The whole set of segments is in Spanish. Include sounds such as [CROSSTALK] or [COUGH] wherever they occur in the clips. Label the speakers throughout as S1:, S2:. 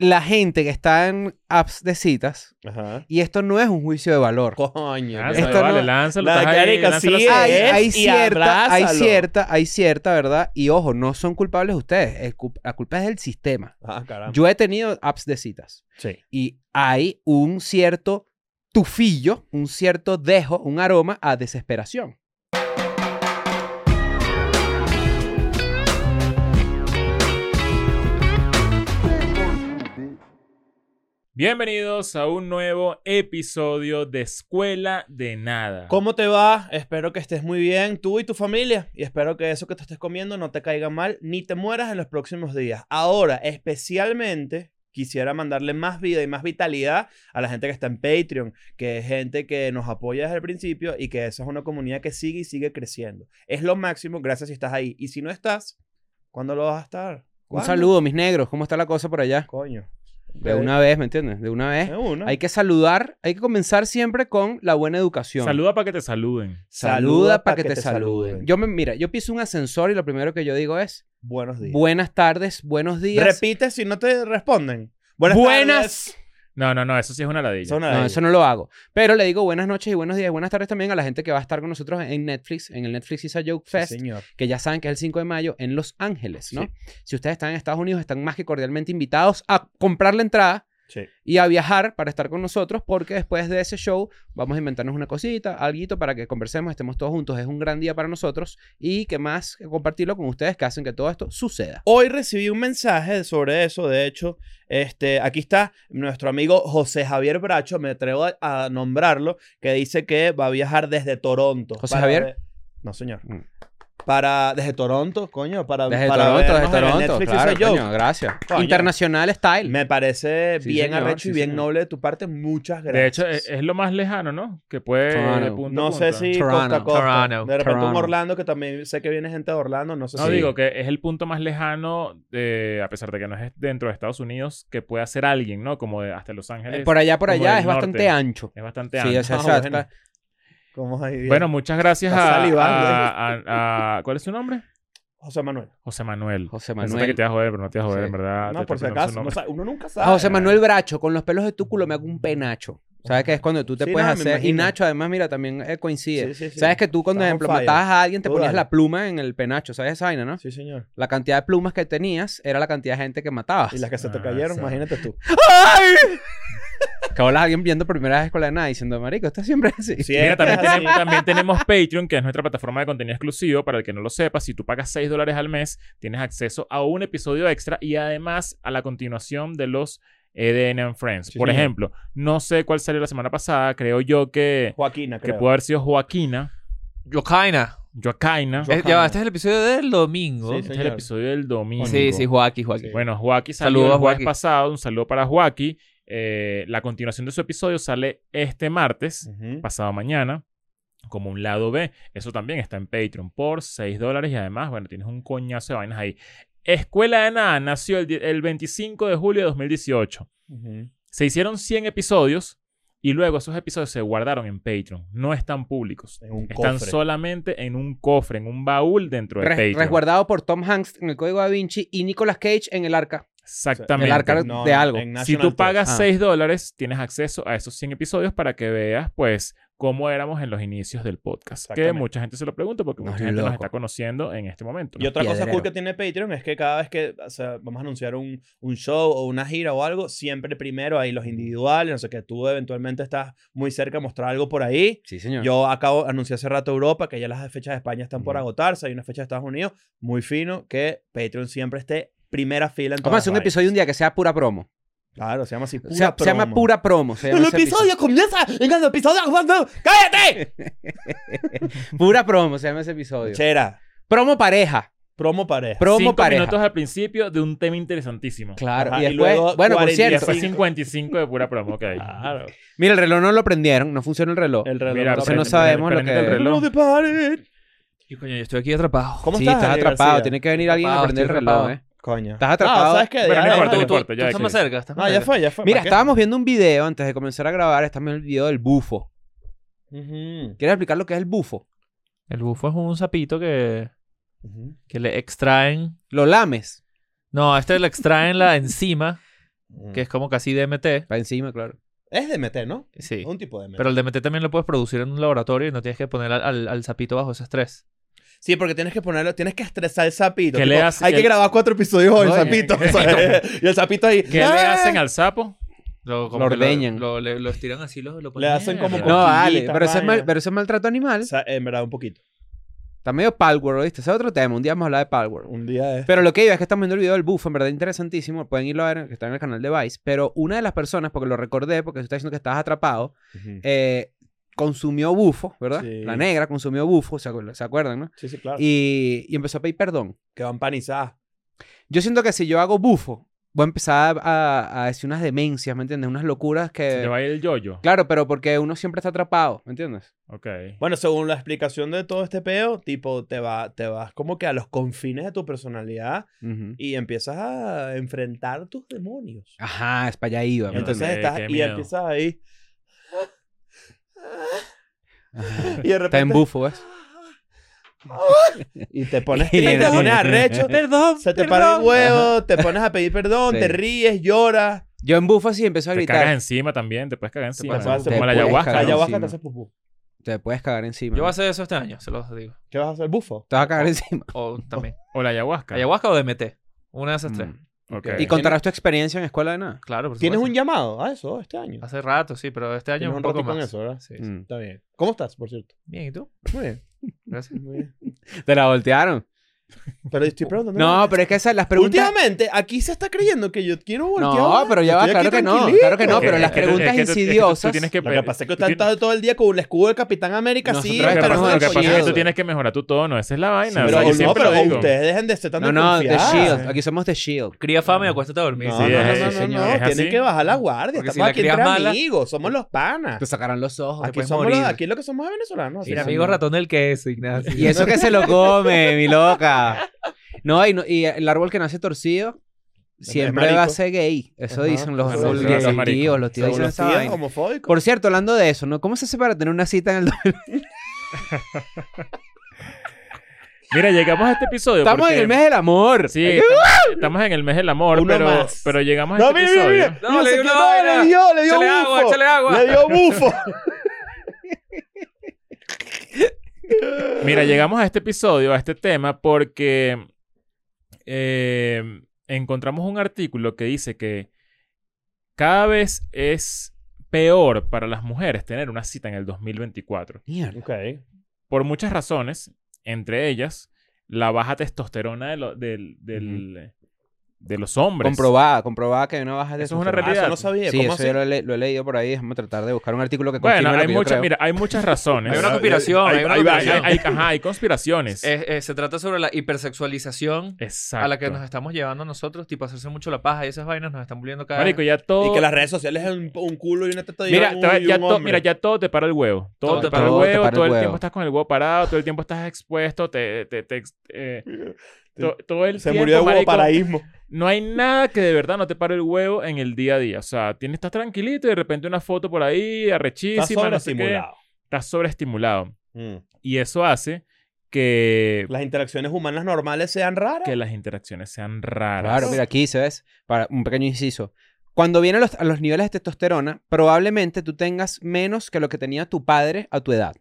S1: la gente que está en apps de citas,
S2: Ajá.
S1: y esto no es un juicio de valor.
S2: Coño.
S3: Ah,
S1: Esto
S2: qué-
S1: no-
S3: vale, lánzalo.
S2: La
S3: estás ahí,
S2: Yarica sí
S3: lánzalo así.
S1: hay,
S2: es,
S1: hay
S2: y
S1: cierta, hay
S2: abrázalo.
S1: cierta, hay cierta, ¿verdad? Y ojo, no son culpables ustedes. El cu- la culpa es del sistema.
S2: Ah, caramba.
S1: Yo he tenido apps de citas
S2: Sí.
S1: y hay un cierto tufillo, un cierto dejo, un aroma a desesperación.
S3: Bienvenidos a un nuevo episodio de Escuela de Nada.
S2: ¿Cómo te va? Espero que estés muy bien, tú y tu familia. Y espero que eso que te estés comiendo no te caiga mal ni te mueras en los próximos días. Ahora, especialmente, quisiera mandarle más vida y más vitalidad a la gente que está en Patreon, que es gente que nos apoya desde el principio y que esa es una comunidad que sigue y sigue creciendo. Es lo máximo, gracias si estás ahí. Y si no estás, ¿cuándo lo vas a estar?
S1: Un
S2: ¿Cuándo?
S1: saludo, mis negros. ¿Cómo está la cosa por allá?
S2: Coño.
S1: De una vez, ¿me entiendes? De una vez.
S2: De una.
S1: Hay que saludar, hay que comenzar siempre con la buena educación.
S3: Saluda para que te saluden.
S1: Saluda para que, te, saluden. Yo me, mira, yo piso un ascensor y lo primero que yo digo es
S2: Buenos días.
S1: buenas tardes, buenos días.
S2: Repite si no te responden. Buenas.
S1: buenas.
S3: No, no, no, eso sí es una ladilla.
S2: Son
S1: No, eso no lo hago. Pero le digo buenas noches y buenos días y buenas tardes también a la gente que va a estar con nosotros en Netflix, en el Netflix Isa Joke Fest,
S2: señor.
S1: que ya saben que es el 5 de mayo en Los Ángeles, ¿no? Si ustedes están en Estados Unidos, están más que cordialmente invitados a comprar la entrada
S2: Sí.
S1: y a viajar para estar con nosotros, porque después de ese show vamos a inventarnos una cosita, algo para que conversemos, estemos todos juntos. Es un gran día para nosotros y que más que compartirlo con ustedes que hacen que todo esto suceda.
S2: Hoy recibí un mensaje sobre eso, de hecho, este, aquí está nuestro amigo José Javier Bracho, me atrevo a, a nombrarlo, que dice que va a viajar desde Toronto.
S1: ¿José Javier?
S2: ver- No, señor.
S1: Mm.
S2: Para, desde Toronto, coño, para,
S1: Desde
S2: para
S1: Toronto, desde
S2: vernos en el
S1: Toronto,
S2: Netflix y
S1: claro,
S2: ese show.
S1: coño, gracias.
S2: Coño.
S1: Internacional style.
S2: Me parece
S1: Sí,
S2: bien
S1: señor,
S2: arrecho y
S1: sí,
S2: bien
S1: señor.
S2: noble de tu parte, muchas gracias.
S3: de hecho, e, es, es lo más lejano, ¿no? Que puede.
S1: Claro.
S3: de punto a
S2: no sé
S3: punto.
S2: si
S1: Toronto.
S2: Costa a Costa.
S4: Toronto.
S2: De repente un
S1: Toronto.
S2: Orlando, que también sé que viene gente de Orlando, no sé
S3: No
S2: si...
S3: digo que es el punto más lejano, eh, a pesar de que no es dentro de Estados Unidos, que puede hacer alguien, ¿no? Como de- hasta Los Ángeles.
S1: Eh, por allá, por
S3: como
S1: allá
S3: del
S1: es bastante
S3: norte.
S1: ancho.
S3: Es bastante
S1: Sí,
S3: amplio.
S1: o sea,
S2: Ah,
S1: o sea,
S2: bueno.
S1: está-
S2: ¿Cómo es ahí?
S3: Bueno, muchas gracias
S2: Está
S3: a,
S2: salivando. ¿eh?
S3: a- a- a- ¿Cuál es su nombre?
S2: José Manuel.
S3: José Manuel.
S1: José
S3: Pensé
S1: Manuel.
S3: que te iba a joder, pero no te iba a joder,
S1: Sí.
S3: en verdad.
S2: No,
S3: Ah, te
S2: por si
S3: estoy pensando
S2: acaso.
S3: su
S2: no
S3: nombre.
S2: sabe- uno nunca
S1: A
S2: sabe.
S1: Ah, José Manuel Bracho, con los pelos de tu culo me hago un penacho. ¿Sabes que Es cuando tú te
S2: Sí,
S1: puedes
S2: no, me
S1: hacer. Y
S2: imagino.
S1: Nacho, además, mira, también eh, coincide.
S2: Sí, sí, sí.
S1: ¿Sabes que tú, cuando, por
S2: Estás
S1: ejemplo,
S2: on fire.
S1: matabas a alguien, te
S2: Tú
S1: ponías
S2: dale.
S1: la pluma en el penacho? ¿Sabes esa vaina, no?
S2: Sí, señor.
S1: La cantidad de plumas que tenías era la cantidad de gente que matabas.
S2: Y
S1: [LAUGHS]
S2: las que se te
S3: Ah,
S2: cayeron,
S3: sí.
S2: imagínate tú.
S1: ¡Ay! [LAUGHS] Que ahora alguien viendo primera vez escuela de nada diciendo, marico, esto siempre es así.
S3: Mira, también,
S2: es así.
S3: tenemos, también tenemos Patreon, que es nuestra plataforma de contenido exclusivo. Para el que no lo sepa, si tú pagas 6 dólares al mes, tienes acceso a un episodio extra y además a la continuación de los EDN and Friends.
S2: Sí,
S3: Por
S2: señor.
S3: ejemplo, no sé cuál salió la semana pasada. Creo yo que,
S2: Joaquina,
S3: que
S2: creo.
S3: pudo haber sido Joaquina,
S4: Yokaina.
S3: Joaquina.
S2: Joaquina.
S4: Eh, ya va, este es el episodio del domingo.
S2: Sí,
S4: Sí,
S3: Este
S4: sí,
S3: es el
S2: señor.
S3: episodio del domingo.
S4: Joaquín, Joaquín.
S2: Sí.
S3: Bueno, Joaquín salió
S4: Saludos,
S3: el jueves
S4: Joaquín.
S3: pasado. Un saludo para Joaquín. Eh, la continuación de su episodio sale este martes,
S2: Ujú.
S3: pasado mañana, como un lado B. Eso también está en Patreon por 6 dólares y además, bueno, tienes un coñazo de vainas ahí. Escuela de Nada nació el, di- el 25 de julio de 2018.
S2: Ujú.
S3: Se hicieron 100 episodios y luego esos episodios se guardaron en Patreon. No están públicos.
S2: En un
S3: Están
S2: cofre.
S3: solamente en un cofre, en un baúl dentro de
S1: Res-
S3: Patreon.
S1: resguardado por Tom Hanks en el código da Vinci y Nicolas Cage en el arca.
S3: Exactamente.
S1: El arca de algo.
S2: en
S3: Si
S2: National
S3: tú
S2: Trust.
S3: pagas
S1: Ah.
S3: 6 dólares, tienes acceso a esos 100 episodios para que veas, pues, cómo éramos en los inicios del podcast. Que
S2: Exactamente.
S3: mucha gente se lo pregunta porque
S1: No,
S3: mucha
S1: qué
S3: gente nos
S1: loco.
S3: está conociendo en este momento. ¿no?
S2: Y otra cosa
S1: Piedrero.
S2: cool que tiene Patreon es que cada vez que o sea, vamos a anunciar un, un show o una gira o algo, siempre primero hay los individuales, no sé qué, tú eventualmente estás muy cerca de mostrar algo por ahí.
S1: Sí, señor.
S2: Yo acabo, anuncié hace rato Europa, que ya las fechas de España están por
S1: Ujú.
S2: agotarse, hay una fecha de Estados Unidos, muy fino, que Patreon siempre esté primera fila en
S1: Vamos a
S2: todas
S1: hacer un
S2: las vainas.
S1: episodio un día que sea pura promo.
S2: Claro, se llama así, pura
S1: Se, se llama
S2: promo.
S1: pura promo. se llama
S2: El
S1: ese episodio.
S2: episodio comienza en el episodio. ¡Cállate!
S1: Pura promo se llama ese episodio.
S2: Chera,
S1: Promo pareja.
S2: promo pareja.
S1: Promo
S3: Cinco
S1: pareja.
S3: minutos al principio de un tema interesantísimo.
S1: Claro.
S2: Ajá,
S1: y
S2: y
S1: después,
S2: luego
S1: bueno, por
S2: 40
S1: cierto,
S3: Fue
S2: Cinco.
S3: 55 de pura promo, ok.
S2: Claro.
S1: mira, el reloj no lo prendieron, no funciona el reloj.
S2: El reloj.
S3: Mira,
S2: no
S1: Entonces no
S3: prende-
S1: sabemos lo
S3: prende
S1: que- Oh,
S3: el reloj.
S2: de pared.
S4: Y coño, yo estoy aquí atrapado.
S2: ¿Cómo
S1: sí,
S2: estás?
S1: estás,
S2: Ariel
S1: atrapado.
S2: García?
S1: Tiene que venir alguien a
S4: Atrapado,
S1: prender el
S4: estoy
S1: reloj,
S4: atrapado.
S1: ¿eh?
S2: Coño.
S1: Estás atrapado.
S2: No, ¿sabes qué?
S3: Pero
S2: Ya,
S3: no
S2: ya,
S3: importa,
S4: Tú,
S3: no
S2: ya.
S4: tú-
S3: importa,
S4: tú
S3: ya
S4: estás más
S3: decide.
S4: cerca. Estás más
S2: No, ya
S4: cerca.
S2: fue, ya fue.
S1: Mira,
S2: ¿Para qué?
S1: estábamos viendo un video antes de comenzar a grabar. Estamos en el video del bufo.
S2: Ujú,
S1: ¿Quieres explicar lo que es el bufo?
S4: El bufo es un sapito que,
S2: ujú.
S4: que le extraen.
S1: Lo lames.
S4: No, a este le extraen la enzima que
S2: Mm.
S4: es como casi DMT.
S1: Para encima, claro.
S2: Es DMT, ¿no?
S4: Sí.
S2: Un tipo de DMT.
S4: Pero el DMT también lo puedes producir en un laboratorio y no tienes que poner al, al, al sapito bajo ese estrés.
S2: Sí, porque tienes que ponerlo, tienes que estresar el sapito.
S3: ¿Qué
S2: tipo,
S3: le hace-
S2: hay
S3: qué
S2: que
S3: le-
S2: grabar cuatro episodios con el
S3: No,
S2: sapito. ¿sabes?
S3: eh,
S2: [LAUGHS] y el sapito ahí. ¡Ah!
S3: ¿Qué le hacen al sapo?
S4: Lo,
S1: Lo
S4: que
S1: ordeñan.
S4: Lo, lo- lo estiran así, lo,
S2: Le
S4: lo ponen-
S2: hacen como.
S3: No,
S1: No, vale,
S2: cosquillitas,
S1: pero eso, es mal-
S2: vaina.
S1: pero eso es maltrato
S2: O
S1: animal.
S2: sea, en verdad, un poquito.
S1: Está medio palworld, ¿viste? Ese es otro tema. Un día vamos a hablar de palworld.
S2: Un día es.
S1: Pero lo que iba es que estamos viendo el video del bufo, en verdad interesantísimo. Pueden irlo a ver, que está en el canal de Vice. Pero una de las personas, porque lo recordé, porque tú estás diciendo que estabas atrapado,
S2: Ujú.
S1: eh, consumió bufo, ¿verdad?
S2: Sí.
S1: La negra consumió bufo, ¿se acuer- se acuerdan, no?
S2: Sí, sí, claro.
S1: Y, y empezó a pedir perdón.
S2: Que van panizadas.
S1: Yo siento que si yo hago bufo, voy a empezar a, a decir unas demencias, ¿me entiendes? Unas locuras
S3: Se
S1: que...
S3: le va a ir el yoyo.
S1: Claro, pero porque uno siempre está atrapado, ¿me entiendes?
S3: Ok.
S2: Bueno, según la explicación de todo este peo, tipo, te, va, te vas como que a los confines de tu personalidad
S1: Ujú.
S2: y empiezas a enfrentar tus demonios.
S1: Ah, Ajá, es para allá iba. ¿verdad?
S2: Entonces
S3: Qué
S2: estás y
S3: miedo.
S2: empiezas ahí.
S1: Ajá.
S2: Y de
S1: Está en
S2: repente.
S1: bufo, ¿ves?
S2: Y te pones
S1: Y
S2: triste, te
S1: así.
S2: pones [LAUGHS] arrecho.
S4: Perdón.
S2: Se te
S4: perdón.
S2: para el huevo, te pones a pedir perdón,
S1: Sí.
S2: te ríes, lloras.
S1: Yo en bufo así empezó a
S3: Te
S1: gritar.
S3: cagas encima también, te puedes cagar encima.
S2: puedes hacer
S3: Como la
S1: popó.
S3: ayahuasca.
S1: Cagar
S3: ¿no?
S2: Ayahuasca
S1: encima.
S2: te hace pupú.
S1: Te puedes cagar encima.
S4: Yo voy a hacer eso este año, se los digo.
S2: ¿Qué vas a hacer? ¿Bufo?
S1: Te vas a cagar encima.
S2: [LAUGHS]
S4: O también.
S3: O la ayahuasca.
S4: Ayahuasca o DMT. Una de esas tres.
S1: Mm.
S3: Ok.
S1: ¿Y contarás tu experiencia en escuela de nada?
S4: Claro, por
S2: ¿Tienes un
S4: supuesto.
S2: llamado a eso este año?
S4: Hace rato, sí, pero este año
S2: Tienes
S4: un
S2: un
S4: poco
S2: ratico
S4: más.
S2: en eso, ¿verdad?
S4: Sí, sí.
S1: Mm.
S2: Está bien. ¿Cómo estás, por cierto?
S4: Bien, ¿y tú?
S2: Muy bien.
S4: Gracias.
S2: Muy bien.
S1: ¿Te la voltearon?
S2: [LAUGHS] Pero estoy preguntando.
S1: No, pero es que esas las preguntas...
S2: Últimamente, aquí se está creyendo que yo quiero voltear.
S1: No, pero ya va,
S2: Estoy aquí
S1: claro que no,
S2: tranquilito.
S1: claro que no, pero
S3: Es
S1: las
S3: que tú- es que
S1: preguntas
S3: tú- es que tú-
S1: insidiosas-
S3: Tú tienes que
S2: Lo que
S3: pe-
S2: pasa es que
S3: tú
S2: están
S3: tienes-
S2: todo- todo el día con el escudo del Capitán América, sí,
S1: Nosotros
S3: Lo que
S2: pero
S1: estamos
S3: pasa-
S2: no
S3: lo que
S2: es
S1: en
S3: pasa es que tú
S1: Shield.
S3: tienes que mejorar tu tono. Esa es la vaina.
S2: Pero,
S3: o sea, yo
S2: no,
S3: siempre
S2: pero
S3: lo digo.
S2: ustedes dejen de ser tan
S1: No, no, The
S2: desconfiadas.
S1: Shield. Aquí somos The Shield.
S4: Cría fama y acuéstate a dormir.
S2: No,
S3: Sí,
S2: no, no,
S3: es-
S2: no,
S3: sí,
S2: no,
S3: señor.
S2: no,
S3: Es
S2: tienen
S3: así.
S2: que bajar la guardia.
S4: Porque si
S2: Estamos
S4: la
S2: aquí entre
S4: crías mala-
S2: amigos, somos los panas.
S1: Te sacarán los ojos.
S4: te
S2: Aquí,
S4: puedes
S2: somos los-
S4: morir.
S2: aquí lo que somos es venezolanos.
S4: Mira,
S2: así
S4: amigo
S2: somos.
S4: ratón del queso, Ignacio.
S1: Y eso que se lo
S2: [LAUGHS]
S1: come, mi loca. No, y, no- y el árbol que nace torcido siempre
S2: marico.
S1: va a ser gay. Eso
S2: Ajá.
S1: dicen los,
S2: Eso
S1: los
S2: dicen los
S1: tíos,
S3: maricos.
S1: los tíos
S2: Según
S1: dicen
S2: los
S1: esa
S2: tíos,
S1: vaina.
S2: homofóbicos.
S1: Por cierto, hablando de eso, ¿no? ¿Cómo se hace para tener una cita en el... do-
S3: Mira, llegamos a este episodio.
S1: Estamos en
S3: porque-
S1: el mes del amor.
S3: Sí, estamos, estamos en el mes del amor,
S2: Uno
S3: pero,
S2: más.
S3: pero llegamos a
S2: No,
S3: este
S2: mira, mira,
S3: episodio.
S2: mira.
S4: No, le dio
S2: No,
S4: una vaina.
S2: le dio, le dio
S4: Échale
S2: bufo.
S4: agua, échale agua.
S2: Le dio bufo.
S3: Mira, llegamos a este episodio, a este tema, porque eh, encontramos un artículo que dice que cada vez es peor para las mujeres tener una cita en el 2024.
S1: Mierda.
S2: Ok.
S3: Por muchas razones, entre ellas la baja testosterona de, lo- del- del- de los hombres.
S1: Comprobada, comprobada que hay una baja de
S3: Eso es una
S1: testosterona.
S2: Ah,
S3: realidad.
S2: eso no sabía.
S1: Sí,
S2: ¿Cómo
S1: eso
S2: así?
S1: yo lo he, le- lo he leído por ahí. Vamos a tratar de buscar un artículo que
S3: Bueno,
S1: confirme lo
S3: hay
S1: que yo
S3: muchas,
S1: creo.
S3: mira, hay muchas razones.
S4: Hay una conspiración, hay una
S3: Hay- hay-
S4: conspiración.
S3: hay- ajá, hay conspiraciones.
S4: Eh, eh, se trata sobre la hipersexualización
S3: Exacto.
S4: a la que nos estamos llevando nosotros, tipo hacerse mucho la paja y esas vainas nos están volviendo cada vez.
S3: Marico, ya todo...
S2: Y que las redes sociales es un, un culo y una teta de
S3: Mira,
S2: un-
S3: te va-
S2: y
S3: ya
S2: un
S3: todo,
S2: hombre.
S3: mira, ya todo te para el huevo. Todo,
S4: Todo
S3: te
S4: te
S3: para
S1: para-
S3: el
S1: todo te
S3: huevo,
S1: para el
S3: todo el
S1: huevo.
S3: tiempo estás con el huevo parado, todo el tiempo estás expuesto, te, te, te ex-
S2: [LAUGHS]
S3: eh, to- todo el
S2: se
S3: tiempo,
S2: murió de huevo
S3: marico,
S2: paraísmo.
S3: No hay nada que de verdad no te pare el huevo en el día a día. O sea, tienes, estás tranquilito y de repente una foto por ahí, arrechísima,
S2: Está
S3: no sé qué.
S2: sobreestimulado.
S3: Estás sobreestimulado.
S2: Mm.
S3: Y eso hace que,
S2: Las interacciones humanas normales sean raras.
S3: que las interacciones sean raras.
S1: Claro, mira, aquí se ves, para un pequeño inciso. Cuando vienen los, a los niveles de testosterona, probablemente tú tengas menos que lo que tenía tu padre a tu edad.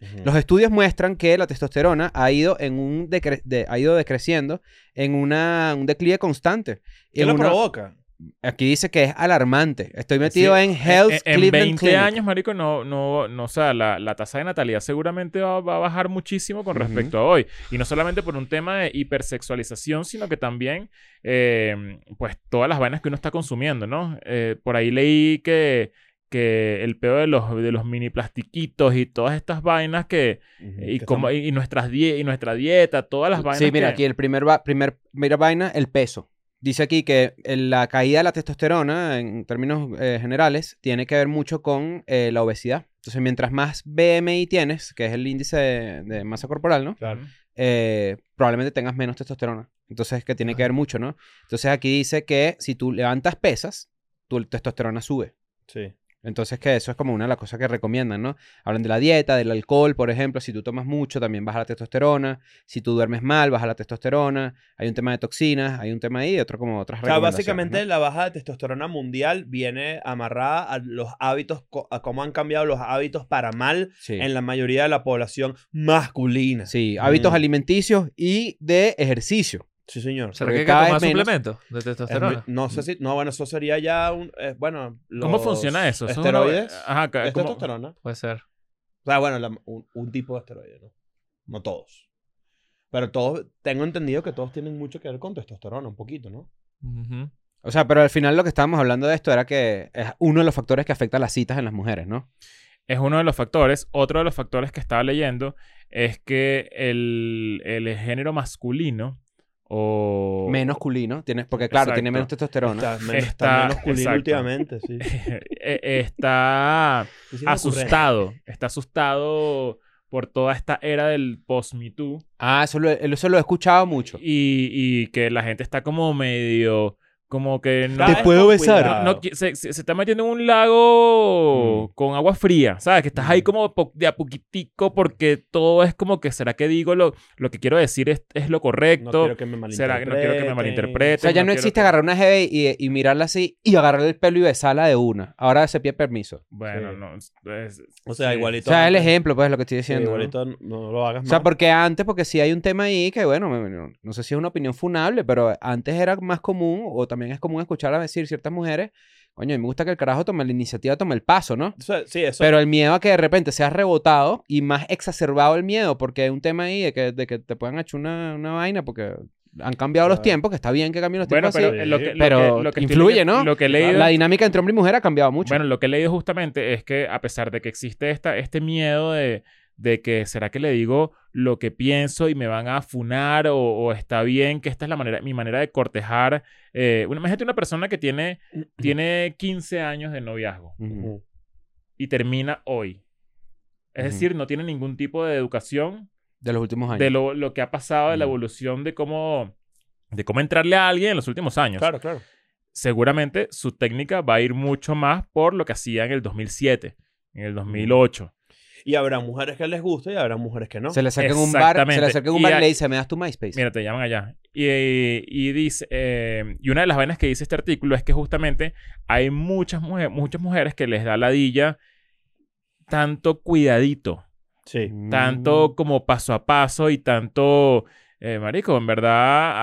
S2: Ujú.
S1: Los estudios muestran que la testosterona ha ido, en un decre- de- ha ido decreciendo en una, un declive constante.
S2: ¿Qué
S1: En
S2: lo
S1: una-
S2: provoca?
S1: aquí dice que es alarmante. Estoy metido
S3: Sí,
S1: en Health
S3: Eh, en, en
S1: Cleveland
S3: 20
S1: Clinic.
S3: años, marico, no, no, no, o sea, la, la tasa de natalidad seguramente va, va a bajar muchísimo con
S1: Ujú.
S3: respecto a hoy. Y no solamente por un tema de hipersexualización, sino que también, eh, pues, todas las vainas que uno está consumiendo, ¿no? Eh, por ahí leí que, que el peor de los, de los mini plastiquitos y todas estas vainas que... Y,
S2: Que
S3: como, y, y nuestras die- y nuestra dieta, todas las vainas
S1: Mm, Sí, mira,
S3: que-
S1: aquí el primer, va- primer mira, vaina, el peso. Dice aquí que el- la caída de la testosterona, en términos eh, generales, tiene que ver mucho con eh, la obesidad. Entonces, mientras más BMI tienes, que es el índice de, de masa corporal, ¿no?
S2: Claro.
S1: Eh, probablemente tengas menos testosterona. Entonces, que tiene que ver mucho, ¿no? Entonces, aquí dice que si tú levantas pesas, tu testosterona sube.
S2: Sí.
S1: Entonces, que eso es como una de las cosas que recomiendan, ¿no? Hablan de la dieta, del alcohol, por ejemplo. Si tú tomas mucho, también baja la testosterona. Si tú duermes mal, baja la testosterona. Hay un tema de toxinas, hay un tema ahí, otro como otras
S2: O sea,
S1: recomendaciones,
S2: básicamente
S1: ¿no?
S2: la baja de testosterona mundial viene amarrada a los hábitos, co- a cómo han cambiado los hábitos para mal
S1: Sí.
S2: en la mayoría de la población masculina. Sí,
S1: Sí, hábitos
S2: Mm.
S1: alimenticios y de ejercicio.
S2: señor.
S4: ¿Se
S1: Porque
S4: requiere
S1: cada
S4: tomar
S1: vez menos-
S4: suplementos de
S2: Es
S4: testosterona?
S2: muy- no sé si, no, bueno, eso sería ya un, eh, bueno.
S3: ¿Cómo
S2: los
S3: funciona eso? ¿Eso es una-
S2: Esteroides.
S3: Ajá, ca-
S2: ¿Es
S3: ¿cómo-
S2: testosterona?
S4: Puede ser.
S2: O sea, bueno, la- un, un tipo de esteroide, ¿no? No todos. Pero todos, tengo entendido que todos tienen mucho que ver con testosterona, un poquito, ¿no?
S4: Ujú.
S1: O sea, pero al final lo que estábamos hablando de esto era que es uno de los factores que afecta a las citas en las mujeres, ¿no?
S3: es uno de los factores. Otro de los factores que estaba leyendo es que el, el género masculino o... [LAUGHS]
S1: Menos culino, tienes, porque claro, tiene
S3: Exacto.
S1: menos testosterona.
S2: Está, menos,
S3: Está-
S2: está menos culino
S3: exacto.
S2: últimamente, sí.
S3: eh, está
S2: Sí, sí me ocurre.
S3: asustado. Está asustado por toda esta era del post-Me Too.
S1: Ah, eso lo, eso lo he escuchado mucho.
S3: Y, y que la gente está como medio... Como que no...
S2: Cada vez
S1: puedo
S2: con
S1: besar.
S2: cuidado.
S3: no qui- se, se- se está metiendo en un
S2: Mm.
S3: lago con agua fría, ¿sabes? Que estás ahí como po- de a poquitico porque todo es como que, ¿será que digo lo, lo que quiero decir es, es lo
S2: No
S3: correcto?
S2: quiero que me
S3: ¿Será que no quiero que me malinterprete?
S1: O sea, ya no,
S3: quiero
S1: existe
S3: que-
S1: agarrar una jeva y, y mirarla así y agarrarle el pelo y besarla de una. Ahora se pide permiso.
S3: Bueno,
S2: Sí.
S3: no. es-
S2: O sea,
S3: sí.
S1: O
S2: igualito.
S1: sea, es el
S2: no-
S1: ejemplo, pues, lo que estoy
S2: sí,
S1: diciendo. ¿no?
S2: igualito no lo hagas
S1: O
S2: más.
S1: sea, porque antes, porque sí hay un tema ahí que, bueno, me- no, no sé si es una opinión funable, pero antes era más común, o también es común escuchar a decir ciertas mujeres, coño, me gusta que el carajo tome la iniciativa, tome el paso, ¿no?
S2: sí, eso. [CLEARS THROAT]
S1: Pero el miedo a que de repente seas rebotado y más exacerbado el miedo, porque hay un tema ahí de que, de que te puedan echar una, una vaina, porque han cambiado los
S2: Claro.
S1: tiempos, que está bien que cambien los
S3: Bueno,
S1: tiempos
S3: pero
S1: así.
S3: eh, lo que, lo
S1: pero
S3: que- lo que estoy
S1: influye,
S3: leyendo-
S1: ¿no?
S3: Lo que he leído,
S1: La dinámica entre hombre y mujer ha cambiado mucho.
S3: bueno, lo que he leído justamente es que a pesar de que existe esta, este miedo de, de que será que le digo lo que pienso y me van a funar o, o está bien que esta es la manera, mi manera de cortejar. eh, una, imagínate una persona que tiene, tiene 15 años de noviazgo
S1: Ujú.
S2: Ujú.
S3: y termina hoy. Es
S1: Ujú.
S3: decir, no tiene ningún tipo de educación
S1: De los últimos años.
S3: de lo, lo que ha pasado, de la
S1: Ujú.
S3: evolución de cómo, de cómo entrarle a alguien en los últimos años.
S2: Claro, claro.
S3: Seguramente su técnica va a ir mucho más por lo que hacía en el 2007, en el 2008.
S2: Y habrá mujeres que les gusta y habrá mujeres que no.
S1: Se le acerca en un bar, se
S3: Exactamente.
S1: le acerca en un
S3: Y
S1: bar y
S3: a-
S1: le dice, ¿me das tu MySpace?
S3: Mira, te llaman allá. Y, y dice, eh, y una de las vainas que dice este artículo es que justamente hay muchas, mujeres muchas mujeres que les da ladilla tanto cuidadito.
S2: Sí.
S3: Mm, tanto como paso a paso y tanto eh, marico en verdad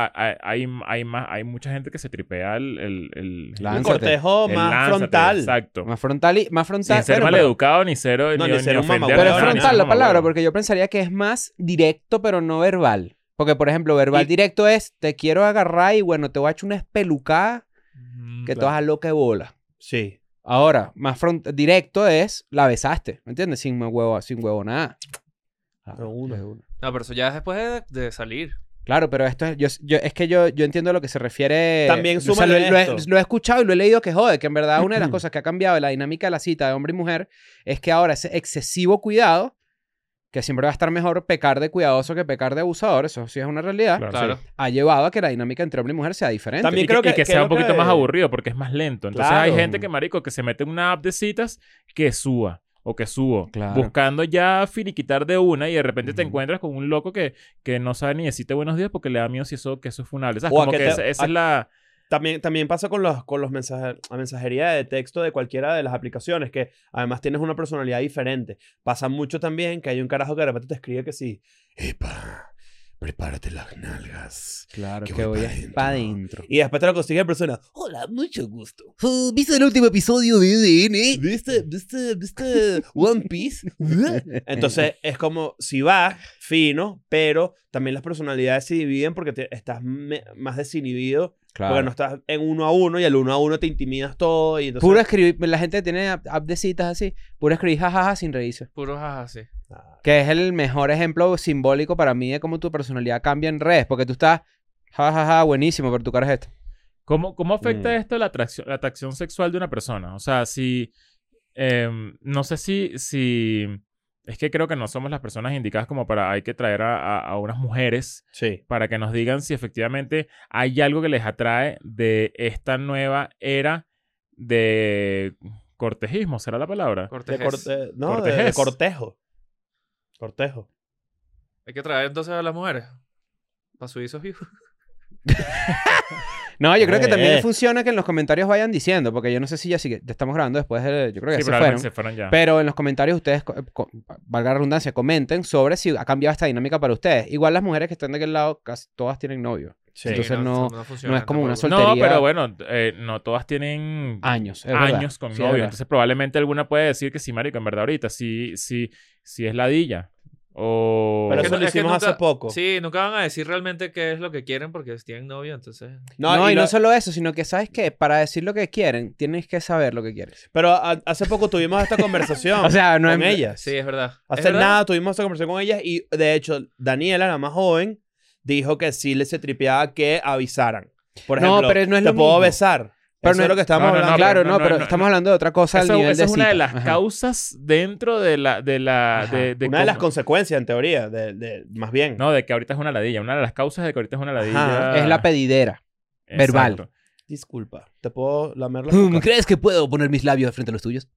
S3: a- a- hay, hay más hay mucha gente que se tripea el, el, el-
S2: Un
S1: Lánzate.
S2: cortejo
S3: el
S2: más
S3: lánzate,
S2: frontal.
S3: exacto
S1: Más frontal y más frontal.
S3: sin ser
S1: bueno, pero,
S3: maleducado ni cero
S2: No,
S3: ni,
S2: ni
S3: ni
S2: ser un
S3: ofender
S2: mamahuevo.
S3: a
S1: pero es
S3: nadie,
S2: Maleducado,
S1: frontal
S3: ni
S1: la
S3: un
S1: palabra,
S3: mamahuevo.
S1: porque yo pensaría que es más directo, pero no verbal. Porque, por ejemplo, verbal
S2: Y-
S1: directo es te quiero agarrar y bueno, te voy a echar una espelucada
S4: Mm,
S1: que
S4: claro.
S1: te vas a loca de bola.
S2: Sí.
S1: Ahora, más front directo es la besaste, ¿me entiendes? Sin huevo, sin huevo nada. Ah,
S2: De una.
S1: de una.
S4: No, pero eso ya es después de, de salir.
S1: Claro, pero esto es, yo, yo- es que yo, yo entiendo a lo que se refiere.
S2: También
S1: o sea,
S2: súmale
S1: lo, lo he,
S2: esto.
S1: lo he escuchado y lo he leído que jode, que en verdad una de [CLEARS THROAT] las cosas que ha cambiado de la dinámica de la cita de hombre y mujer es que ahora ese excesivo cuidado, que siempre va a estar mejor pecar de cuidadoso que pecar de abusador, eso sí es una realidad,
S3: Claro,
S4: Claro.
S1: ha llevado a que la dinámica entre hombre y mujer sea diferente.
S2: También-
S3: y que,
S2: creo que-
S3: y que
S2: que
S3: sea
S2: lo
S3: un poquito
S2: que-
S3: más aburrido porque es más lento. Entonces hay
S2: Claro.
S3: gente que, marico, que se mete en una app de citas que suba o que subo.
S1: Claro.
S3: Buscando ya finiquitar de una y de repente te
S1: Ujú.
S3: encuentras con un loco que, que no sabe ni decirte buenos días porque le da miedo si eso, que eso es funable. ¿Sabes?
S2: O a
S3: Como
S2: que
S3: que
S2: te-
S3: esa, esa
S2: a-
S3: es la...
S2: También, también pasa con los, con los mensajes, la mensajería de texto de cualquiera de las aplicaciones, que además tienes una personalidad diferente. Pasa mucho también que hay un carajo que de repente te escribe que sí. Epa, prepárate las nalgas.
S1: Claro,
S2: que
S1: que,
S2: voy
S1: voy
S2: pa' dentro.
S1: para adentro.
S2: Y después te lo consigue en persona. Hola, mucho gusto.
S1: ¿Viste el último episodio de este, EDN?
S2: ¿Viste, viste, viste
S1: este
S2: One Piece?
S1: [LAUGHS]
S2: Entonces es como si vas fino, pero también las personalidades se dividen porque te- estás me- más desinhibido, porque no estás en uno a uno y al uno a uno te intimidas todo y entonces...
S1: Puro escribir, la gente tiene app app de citas así, puro escribir jajaja sin reírse.
S4: Puros jaja, sí.
S2: Ah,
S1: Que es el mejor ejemplo simbólico para mí de cómo tu personalidad cambia en redes. Porque tú estás, jajaja, buenísimo, pero tu cara es esta.
S3: ¿Cómo, cómo afecta
S2: Mm.
S3: esto la atracción, la atracción sexual de una persona? O sea, si... em, no sé si, si... Es que creo que no somos las personas indicadas como para... Hay que traer a- a- a unas mujeres
S2: sí.
S3: para que nos digan si efectivamente hay algo que les atrae de esta nueva era de cortejismo será la palabra.
S2: De
S4: Cortejés.
S2: corte- no, de,
S3: Cortejez.
S2: de cortejo. Cortejo.
S4: Hay que traer entonces a las mujeres. Para subir esos views.
S1: No, yo creo que también
S2: Eh.
S1: funciona que en los comentarios vayan diciendo, porque yo no sé si ya sigue, ya estamos grabando después de, yo creo que
S3: Sí,
S1: ya se
S3: probablemente
S1: fueron.
S3: se fueron ya.
S1: Pero en los comentarios ustedes, co- co- valga la redundancia, comenten sobre si ha cambiado esta dinámica para ustedes. Igual las mujeres que están de aquel lado, casi todas tienen novio.
S2: Sí.
S1: Entonces no-
S4: funciona
S1: no es como una
S4: tampoco.
S1: soltería-
S3: No, pero bueno, eh, no todas tienen
S1: Años, es verdad.
S3: años con
S1: Sí, es
S3: novio.
S1: verdad.
S3: Entonces, probablemente alguna puede decir que sí, marico, en verdad, ahorita sí, sí, sí es ladilla. O...
S2: Pero
S4: Es que
S2: eso
S4: no-
S2: lo
S4: es que
S2: hicimos
S4: nunca-
S2: hace poco.
S4: Sí, nunca van a decir realmente qué es lo que quieren porque tienen novio, entonces.
S1: No, y,
S2: lo-
S1: no solo eso, sino que sabes que para decir lo que quieren, tienes que saber lo que quieres.
S2: Pero a- hace poco tuvimos esta
S1: [LAUGHS]
S3: Ah,
S2: conversación
S1: O sea, no
S2: con
S1: es...
S2: ellas.
S4: Sí, es verdad. ¿Es
S2: Hace
S4: verdad?
S2: nada tuvimos esta conversación con ellas y de hecho Daniela, la más joven, dijo que sí le se tripeaba que avisaran. Por
S1: No,
S2: ejemplo,
S1: pero no es
S2: te
S1: lo
S2: puedo
S1: mismo.
S2: besar.
S1: Pero
S2: Eso
S1: no
S2: es lo que estamos
S3: no, no,
S2: hablando.
S1: claro,
S3: pero
S1: no,
S3: no,
S1: pero
S3: no,
S1: estamos
S3: no.
S1: hablando de otra cosa al
S3: Esa,
S1: nivel
S3: esa
S1: de
S3: es una de
S1: cita.
S3: las
S1: Ajá.
S3: causas dentro de la... De la
S1: Ajá.
S3: de, de
S2: Una de las
S3: cómo-
S2: consecuencias, en teoría, de, de- más bien.
S3: No, de que ahorita es una ladilla. Una de las causas de que ahorita es una ladilla.
S2: Ajá.
S1: Es la pedidera.
S3: Exacto.
S1: verbal.
S2: Disculpa, ¿te puedo lamer la
S1: Mm,
S2: boca?
S1: ¿Crees que puedo poner mis labios frente a los tuyos?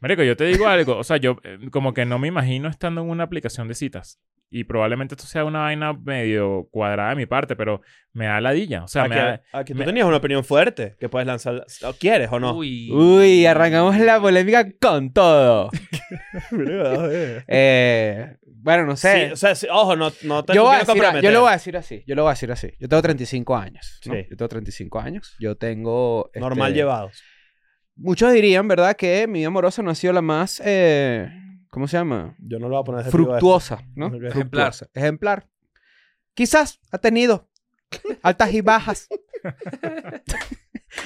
S3: Marico, yo te digo algo. O sea, yo eh, como que no me imagino estando en una aplicación de citas. Y probablemente esto sea una vaina medio cuadrada de mi parte, pero me da ladilla. O
S1: Ah,
S3: sea, me da...
S2: Aquí, aquí tú
S3: me-
S2: tenías una opinión fuerte que puedes lanzar. ¿O ¿Quieres o [LAUGHS] no?
S4: Uy.
S1: Uy, arrancamos la polémica con todo. Eh, bueno, no sé.
S2: Sí, o sea, sí, ojo, no, no te
S1: yo,
S2: no
S1: voy a
S2: quiero
S1: decir- yo
S2: comprometer.
S1: lo voy a decir así. Yo lo voy a decir así. Yo tengo 35 años. ¿no?
S2: Sí.
S1: Yo tengo 35 años. Yo tengo. este,
S2: Normal llevados.
S1: Muchos dirían, ¿verdad?, que mi vida amorosa no ha sido la más. eh, ¿Cómo se llama?
S2: Yo no lo voy a poner adjetivo a esto.
S1: Fructuosa, ¿no?
S2: [LAUGHS] Ok.
S1: Fructuosa.
S4: Ejemplar.
S1: Ejemplar. Quizás ha tenido altas y bajas. [LAUGHS]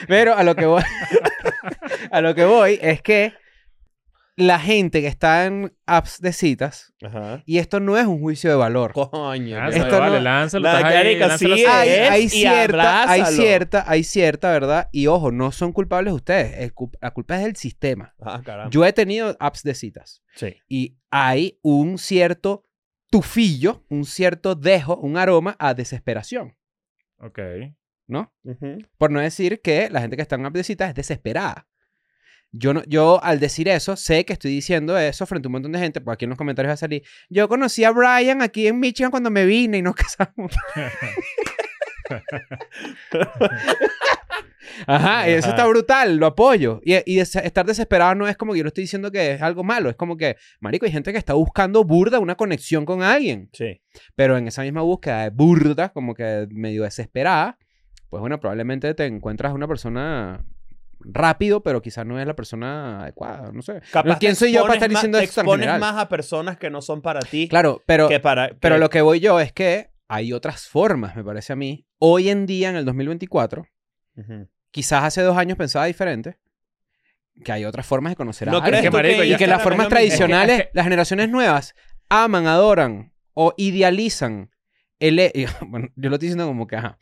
S1: Pero a lo que voy. [LAUGHS] a lo que voy es que la gente que está en apps de citas,
S2: Ajá.
S1: y esto no es un juicio de valor.
S2: Coño. qué
S3: Lánzalo,
S1: Esto
S3: vale,
S1: no-
S3: lánzalo.
S2: La
S3: estás ahí,
S2: carica
S3: lánzalo
S2: sí
S3: así.
S1: hay,
S2: es,
S1: hay
S2: y
S1: cierta, hay
S2: abrázalo.
S1: cierta, hay cierta, ¿verdad? Y ojo, no son culpables ustedes. El cu- la culpa es del sistema.
S2: Ah, caramba.
S1: Yo he tenido apps de citas
S2: Sí.
S1: y hay un cierto tufillo, un cierto dejo, un aroma a desesperación,
S3: Ok. [LAUGHS]
S1: ¿no?
S2: Ujú.
S1: Por no decir que la gente que está en apps de citas es desesperada. Yo, no, yo al decir eso, sé que estoy diciendo eso frente a un montón de gente, porque aquí en los comentarios va a salir, yo conocí a Brian aquí en Michigan cuando me vine y nos [LAUGHS] casamos. Ajá, y eso
S2: Ajá.
S1: está brutal, lo apoyo. Y, y des- estar desesperado no es como que yo no estoy diciendo que es algo malo, es como que, marico, hay gente que está buscando burda una conexión con alguien,
S2: Sí.
S1: pero en esa misma búsqueda de burda, como que medio desesperada, pues bueno, probablemente te encuentras una persona rápido, pero quizás no es la persona adecuada, no sé.
S2: Capaz
S1: ¿Quién
S2: te
S1: soy yo para
S2: expones
S1: estar
S2: más-
S1: diciendo
S2: te
S1: esto tan
S2: expones
S1: general?
S2: más a personas que no son para ti
S1: Claro, pero...
S2: que para... que-
S1: Pero lo que voy yo es que hay otras formas, me parece a mí. Hoy en día, en el 2024,
S2: Ujú.
S1: quizás hace dos años pensaba diferente, que hay otras formas de conocer a
S2: ¿No
S1: alguien.
S2: crees
S3: que
S2: tú
S3: marico,
S2: que
S3: ya-
S1: y que las
S2: Instagram
S1: formas
S2: es lo mismo?
S1: tradicionales,
S3: Es que- es
S1: las generaciones nuevas, aman, adoran o idealizan. El, e- [LAUGHS] bueno, yo lo estoy diciendo como que, ajá.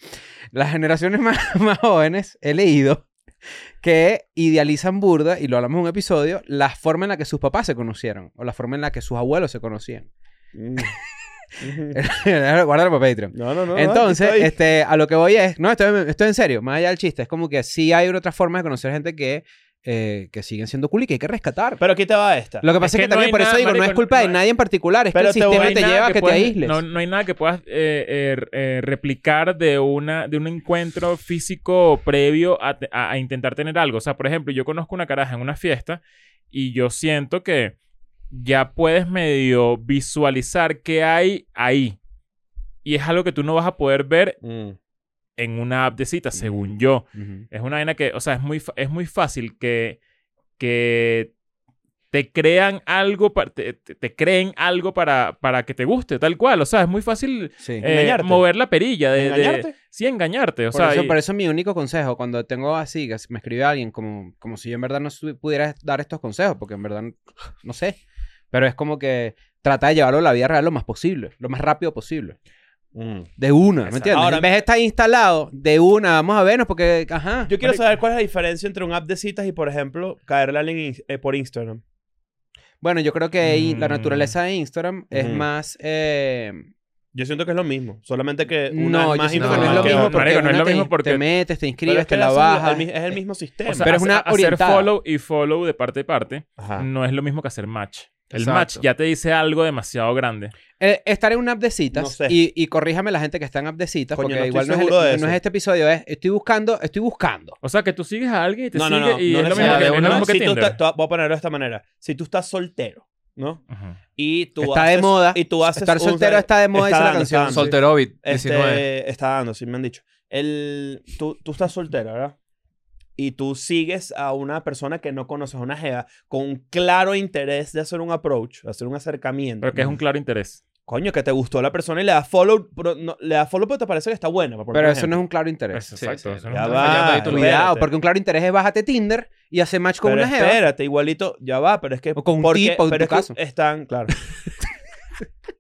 S1: Las generaciones más, [LAUGHS] más jóvenes, he leído, que idealizan burda, y lo hablamos en un episodio, la forma en la que sus papás se conocieron, o la forma en la que sus abuelos se conocían. [LAUGHS]
S2: Mm. Ujú.
S1: Guárdalo para Patreon.
S2: No, no, no. no,
S1: Entonces,
S2: aquí estoy.
S1: este, a lo que voy es, no, esto, esto en serio, más allá del chiste, es como que sí hay otras formas de conocer gente que, eh, que siguen siendo cool y que hay que rescatar.
S2: Pero aquí te va esta.
S1: lo que pasa es que,
S3: que no
S1: también
S3: hay
S1: por eso
S3: nada,
S1: digo, no
S3: marico,
S1: es culpa de
S3: no hay-
S1: nadie en particular, es que
S2: Pero
S1: el
S2: te
S1: sistema
S2: voy-
S1: te
S3: hay nada
S1: lleva a que, te
S3: puedas-
S1: aísles.
S3: No, no hay nada que puedas eh, eh, eh, replicar de, una, de un encuentro físico previo a, te- a- a intentar tener algo. O sea, por ejemplo, yo conozco una caraja en una fiesta y yo siento que ya puedes medio visualizar qué hay ahí. Y es algo que tú no vas a poder ver
S2: Mm.
S3: en una app de cita,
S1: Mm.
S3: según yo.
S1: Ujú.
S3: Es una vaina que, o sea, es muy, fa- es muy fácil que, que te crean algo, pa- te, te- te creen algo para, para que te guste, tal cual. O sea, es muy fácil
S1: Sí.
S3: eh,
S2: Engañarte.
S3: mover la perilla de... de-
S2: ¿Engañarte?
S3: sí, engañarte. O
S1: por,
S3: sea,
S1: eso,
S3: y-
S1: por eso mi único consejo, cuando tengo así, que me escribe alguien, como, como si yo en verdad no su- pudiera dar estos consejos, porque en verdad no- no sé, pero es como que trata de llevarlo a la vida real lo más posible, lo más rápido posible.
S2: Mm.
S1: De una, ¿me
S3: Exacto.
S1: entiendes?
S2: Ahora-
S1: en vez de estar instalado, de una, vamos a vernos, porque, ajá.
S2: Yo quiero
S3: Marico.
S2: saber cuál es la diferencia entre un app de citas y, por ejemplo, caerle a alguien in- eh, por Instagram.
S1: Bueno, yo creo que ahí la
S3: Mm.
S1: naturaleza de Instagram es
S2: Ujú.
S1: más eh,
S2: Yo siento que es lo mismo, solamente que una
S1: No,
S2: es
S1: yo
S2: más
S1: siento que no es lo
S2: informal que
S1: mismo
S2: otra.
S1: porque,
S3: Marico, no es
S1: una
S3: lo
S1: te-
S3: mismo porque-
S1: te metes, te
S2: Pero
S1: inscribes,
S2: es que
S1: te la
S2: hacen-
S1: bajas.
S2: el mi- es Ah. el mismo sistema.
S3: O sea,
S1: Pero es una
S3: hace- hacer
S1: orientada.
S3: follow y follow de parte a parte
S2: Ajá.
S3: no es lo mismo que hacer match. El
S4: Exacto.
S3: match ya te dice algo demasiado grande.
S1: Eh, estar en una app de citas
S2: No sé.
S1: y, y corríjame la gente que está en app de citas
S2: Coño,
S1: porque
S2: no estoy
S1: igual no es, el-
S2: seguro de
S1: no
S2: eso.
S1: es este episodio, es estoy buscando, estoy buscando.
S3: O sea, que tú sigues a alguien y te
S2: No,
S3: sigue
S2: no, no.
S3: y
S2: no
S3: es lo mismo
S4: necesariamente.
S3: que,
S4: De
S3: es lo
S4: una-
S3: mismo que
S2: si tú
S3: Tinder.
S2: estás- te voy a ponerlo de esta manera. Si tú estás soltero, ¿no?
S3: Ujú.
S2: Y tú
S1: Está
S2: haces,
S1: de moda.
S2: Y tú haces
S1: Estar
S2: un-
S1: soltero está de moda,
S2: está
S1: dice la
S2: dando,
S1: canción.
S2: está dando.
S1: Soltero.
S4: Solterovid,
S2: Este,
S4: 19.
S2: Está dando, sí me han dicho. El, tú, tú estás soltera, ¿verdad? Y tú sigues a una persona que no conoces, a una jeva, con un claro interés de hacer un approach, hacer un acercamiento.
S3: Pero que es un claro interés.
S2: Coño, que te gustó la persona y le das follow, pero no- le das follow porque te parece que está buena. para poner
S1: Pero
S2: un
S1: eso no
S2: ejemplo.
S1: es un claro interés.
S3: Eso,
S4: sí,
S3: exacto,
S4: sí.
S3: eso no
S2: Ya
S3: está
S2: va,
S3: fallando ahí tú.
S2: espérate.
S1: Cuidado, porque un claro interés es bájate Tinder y hace match con
S2: pero
S1: una jeva.
S2: espérate, igualito, ya va, pero es que...
S1: O con un
S2: porque-
S1: tipo, en
S2: pero
S1: tu
S2: es que
S1: caso.
S2: Están, claro. [LAUGHS]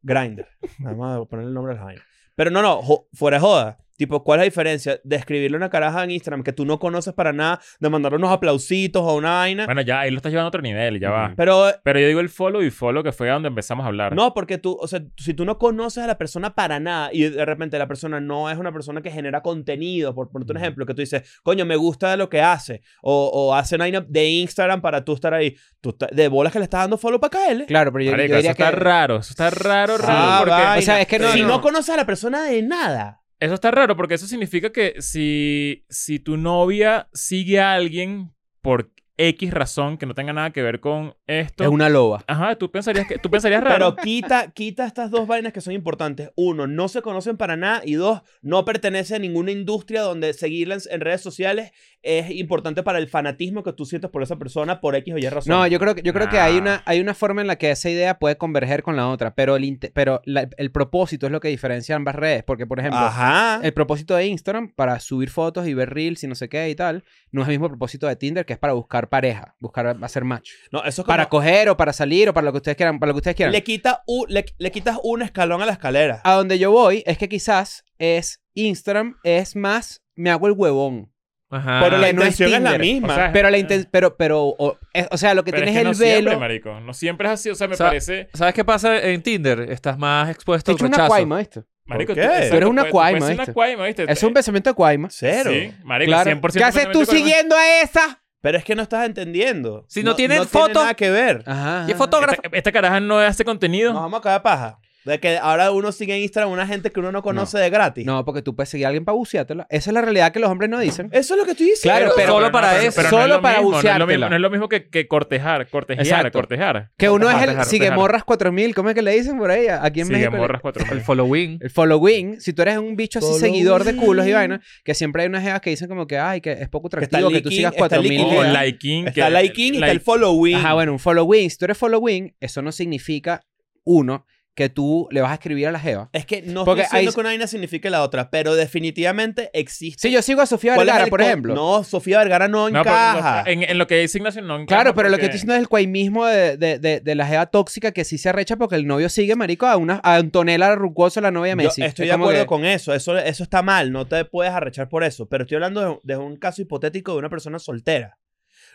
S2: Grindr. Vamos a poner el nombre de la vaina. Pero no, no, jo- fuera de joda. Tipo, ¿cuál es la diferencia de escribirle una caraja en Instagram que tú no conoces para nada, de mandarle unos aplausitos o una vaina?
S3: Bueno, ya ahí lo estás llevando a otro nivel, ya va.
S2: Pero eh,
S3: Pero yo digo el follow y follow que fue a donde empezamos a hablar.
S2: no, porque tú, o sea, si tú no conoces a la persona para nada y de repente la persona no es una persona que genera contenido, por ponerte un
S3: Ujú.
S2: ejemplo, que tú dices, coño, me gusta lo que hace, o, o hace una vaina de Instagram para tú estar ahí, tú estás- de bolas que le estás dando follow para caerle.
S1: Claro, pero yo, yo
S3: Marico, eso
S1: diría que
S3: está raro. Eso está raro,
S1: Sí.
S3: raro.
S1: Ah,
S3: porque...
S1: o sea, es que no,
S2: si
S1: no.
S2: no. conoces a la persona de nada.
S3: Eso está raro porque eso significa que si, si tu novia sigue a alguien por X razón que no tenga nada que ver con esto,
S1: es una loba.
S3: ajá, tú pensarías que tú pensarías
S2: Pero
S3: raro.
S2: quita, quita estas dos vainas que son importantes. Uno, no se conocen para nada. Y dos, no pertenece a ninguna industria donde seguirla en, en redes sociales es importante para el fanatismo que tú sientes por esa persona por X o Y razón.
S1: No, yo creo que yo creo que hay
S3: Nah.
S1: una hay una forma en la que esa idea puede converger con la otra, pero el inte- pero la- el propósito es lo que diferencia ambas redes, porque por ejemplo,
S3: Ah.
S1: eh,
S2: Ajá.
S1: el propósito de Instagram para subir fotos y ver reels y no sé qué y tal, no es el mismo propósito de Tinder que es para buscar pareja, buscar hacer match,
S2: No, eso es como-
S1: para coger o para salir o para lo que ustedes quieran, para lo que ustedes quieran.
S2: le, quita u- le, le quitas un escalón a la escalera.
S1: A donde yo voy es que quizás es Instagram es más me hago el huevón,
S4: Ajá.
S2: pero la
S1: que no es
S2: intención es, la
S1: Tinder.
S2: misma.
S3: O sea,
S1: pero la inten- pero pero o, es- o sea, lo que
S3: Ah, Pero
S1: tienes
S3: es que
S1: el
S3: no
S1: velo
S3: siempre, marico. No siempre es así. O sea, me
S4: O sea,
S3: parece...
S4: ¿Sabes qué pasa en Tinder? Estás más expuesto
S1: Te
S4: al
S1: echo una
S4: rechazo.
S1: cuaima, ¿viste?
S3: Marico,
S2: qué?
S3: tú-
S2: Tú
S3: exacto,
S1: eres una
S3: puede-
S1: cuaima,
S3: puede ser
S1: ¿viste?
S3: una cuaima, ¿viste?
S1: Es un pensamiento de cuaima.
S2: Cero.
S3: Sí, marico,
S1: Claro.
S3: 100%
S1: ¿Qué haces tú
S3: completamente cuaima.
S1: siguiendo a esa?
S2: Pero es que no estás entendiendo.
S4: Si no tienen
S2: Tiene
S4: foto-
S2: nada que ver.
S1: Ajá.
S4: Y es fotógrafo.
S3: Esta, esta caraja no hace contenido.
S2: Nos vamos a caer paja. De que ahora uno sigue en Instagram una gente que uno no conoce de gratis.
S1: No, porque tú puedes seguir a alguien para buceártela. Esa es la realidad que los hombres no dicen.
S2: Eso es lo que estoy diciendo.
S1: Claro, pero-
S4: solo para
S3: pero-
S4: eso.
S3: pero no es
S1: Solo
S3: lo
S1: para
S3: mismo, No es lo
S1: buceártela.
S3: mismo, no es lo mismo que, que cortejar, cortejear,
S1: Exacto.
S3: cortejar.
S1: Que uno es el
S3: Cortejar,
S1: sigue
S3: cortejar.
S1: morras 4000, ¿cómo es que le dicen por ahí? Aquí en
S3: Sigue
S1: México.
S3: morras cuatro
S4: El following.
S1: El following, si tú eres un bicho así
S2: Following.
S1: seguidor de culos y vaina, que siempre hay unas jevas que dicen como que ay, que es poco
S2: Que está
S1: atractivo que tú
S2: liking,
S1: sigas
S2: está
S1: 4000.
S2: liking.
S3: O
S1: jevas.
S2: la-
S3: liking.
S2: Está el liking y está el
S3: like-
S2: following.
S1: Ajá, bueno, un following, si tú eres following, eso no significa uno que tú le vas a escribir a la jeva.
S2: Es que no
S1: Porque
S2: estoy diciendo
S1: ahí-
S2: que una vaina signifique la otra, pero definitivamente existe.
S1: Si yo sigo a Sofía
S2: ¿Cuál es
S1: Vergara,
S2: el
S1: por
S2: co-
S1: ejemplo.
S2: No, Sofía Vergara no,
S3: No, pero
S2: encaja.
S3: no, en, en lo que dice Ignacio no encaja
S1: Claro, pero lo que estoy
S3: porque-
S1: diciendo es el cuaimismo de, de, de, de la jeva tóxica que sí se arrecha porque el novio sigue, marico, a una a Antonella Rucoso, la novia de
S2: Yo
S1: Messi.
S2: estoy
S1: Es
S2: de
S1: como
S2: acuerdo
S1: que-
S2: con eso. eso. Eso está mal. No te puedes arrechar por eso. Pero estoy hablando de, de un caso hipotético de una persona soltera.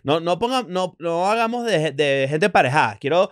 S2: No, no, ponga, no, no hagamos de, de gente parejada. Quiero,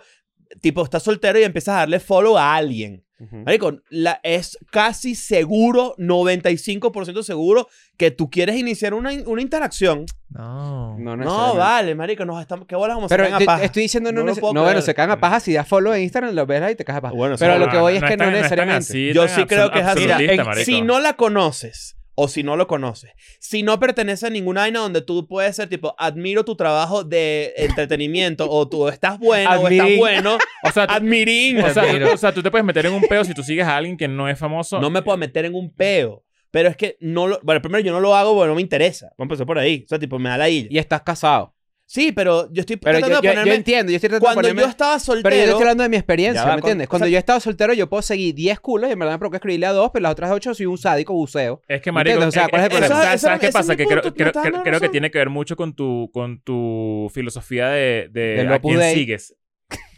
S2: tipo, estás soltero y empiezas a darle follow a alguien.
S1: Ujú.
S2: Marico, la, es casi seguro, 95% seguro, que tú quieres iniciar una, in- una interacción.
S4: No.
S1: No,
S2: No,
S1: necesariamente.
S2: vale, marico, nos estamos, qué bolas vamos
S1: Pero
S2: a caer
S1: te-
S2: a paja.
S1: estoy diciendo no,
S2: No lo
S1: neces-
S2: puedo
S1: no, bueno,
S2: creer.
S1: se cagan a paja si das follow en Instagram, lo ves ahí y te cagas a paja.
S2: Bueno,
S1: pero
S2: sí,
S1: lo que
S3: No,
S1: voy es
S3: no
S1: que no
S3: tan- es tan
S1: necesariamente.
S3: así,
S2: Yo
S3: tan
S2: sí creo
S3: absolu-
S2: que es así.
S3: absolutista,
S1: Mira, en-
S3: marico.
S2: Si no la conoces o si no lo conoces, si no pertenece a ninguna vaina donde tú puedes ser tipo, admiro tu trabajo de entretenimiento o tú estás bueno o
S1: Admirín. [LAUGHS]
S2: estás bueno,
S3: O sea, tú-
S2: admirín.
S3: o sea, tú-
S4: Admiro.
S3: o sea, tú te puedes meter en un peo si tú sigues a alguien que no es famoso.
S2: No me puedo meter en un peo. Pero es que no lo. Bueno, primero yo no lo hago porque no me interesa. Vamos a empezar por ahí. O sea, tipo, me da la illa.
S1: Y estás casado.
S2: Sí, pero yo estoy
S1: Pero yo,
S2: tratando de
S1: yo- yo
S2: ponerme.
S1: entiendo, yo estoy tratando de
S2: cuando
S1: ponerme-
S2: yo estaba soltero.
S1: Pero yo te estoy hablando de mi experiencia,
S2: Ya va,
S1: ¿me
S2: con-
S1: entiendes? Cuando
S2: o sea-
S1: yo he estado soltero, yo puedo seguir 10 culos y en verdad me provoca escribirle a dos, pero las otras 8 soy un sádico buceo.
S3: Es que, marico,
S1: ¿Entiendes? O sea,
S3: eh,
S1: ¿cuál es el
S3: eh,
S1: problema?
S3: ¿sabes-
S2: Eso-
S3: ¿Sabes
S2: eso- ese
S3: qué
S2: es
S3: pasa?
S2: mi
S3: Que creo,
S2: punto, tú
S3: creo-
S2: estás dando
S3: creo- creo que
S2: razón.
S3: tiene que ver mucho con tu, con tu filosofía de, de
S1: Del
S3: a
S1: Opus
S3: quién
S1: Dei.
S3: sigues.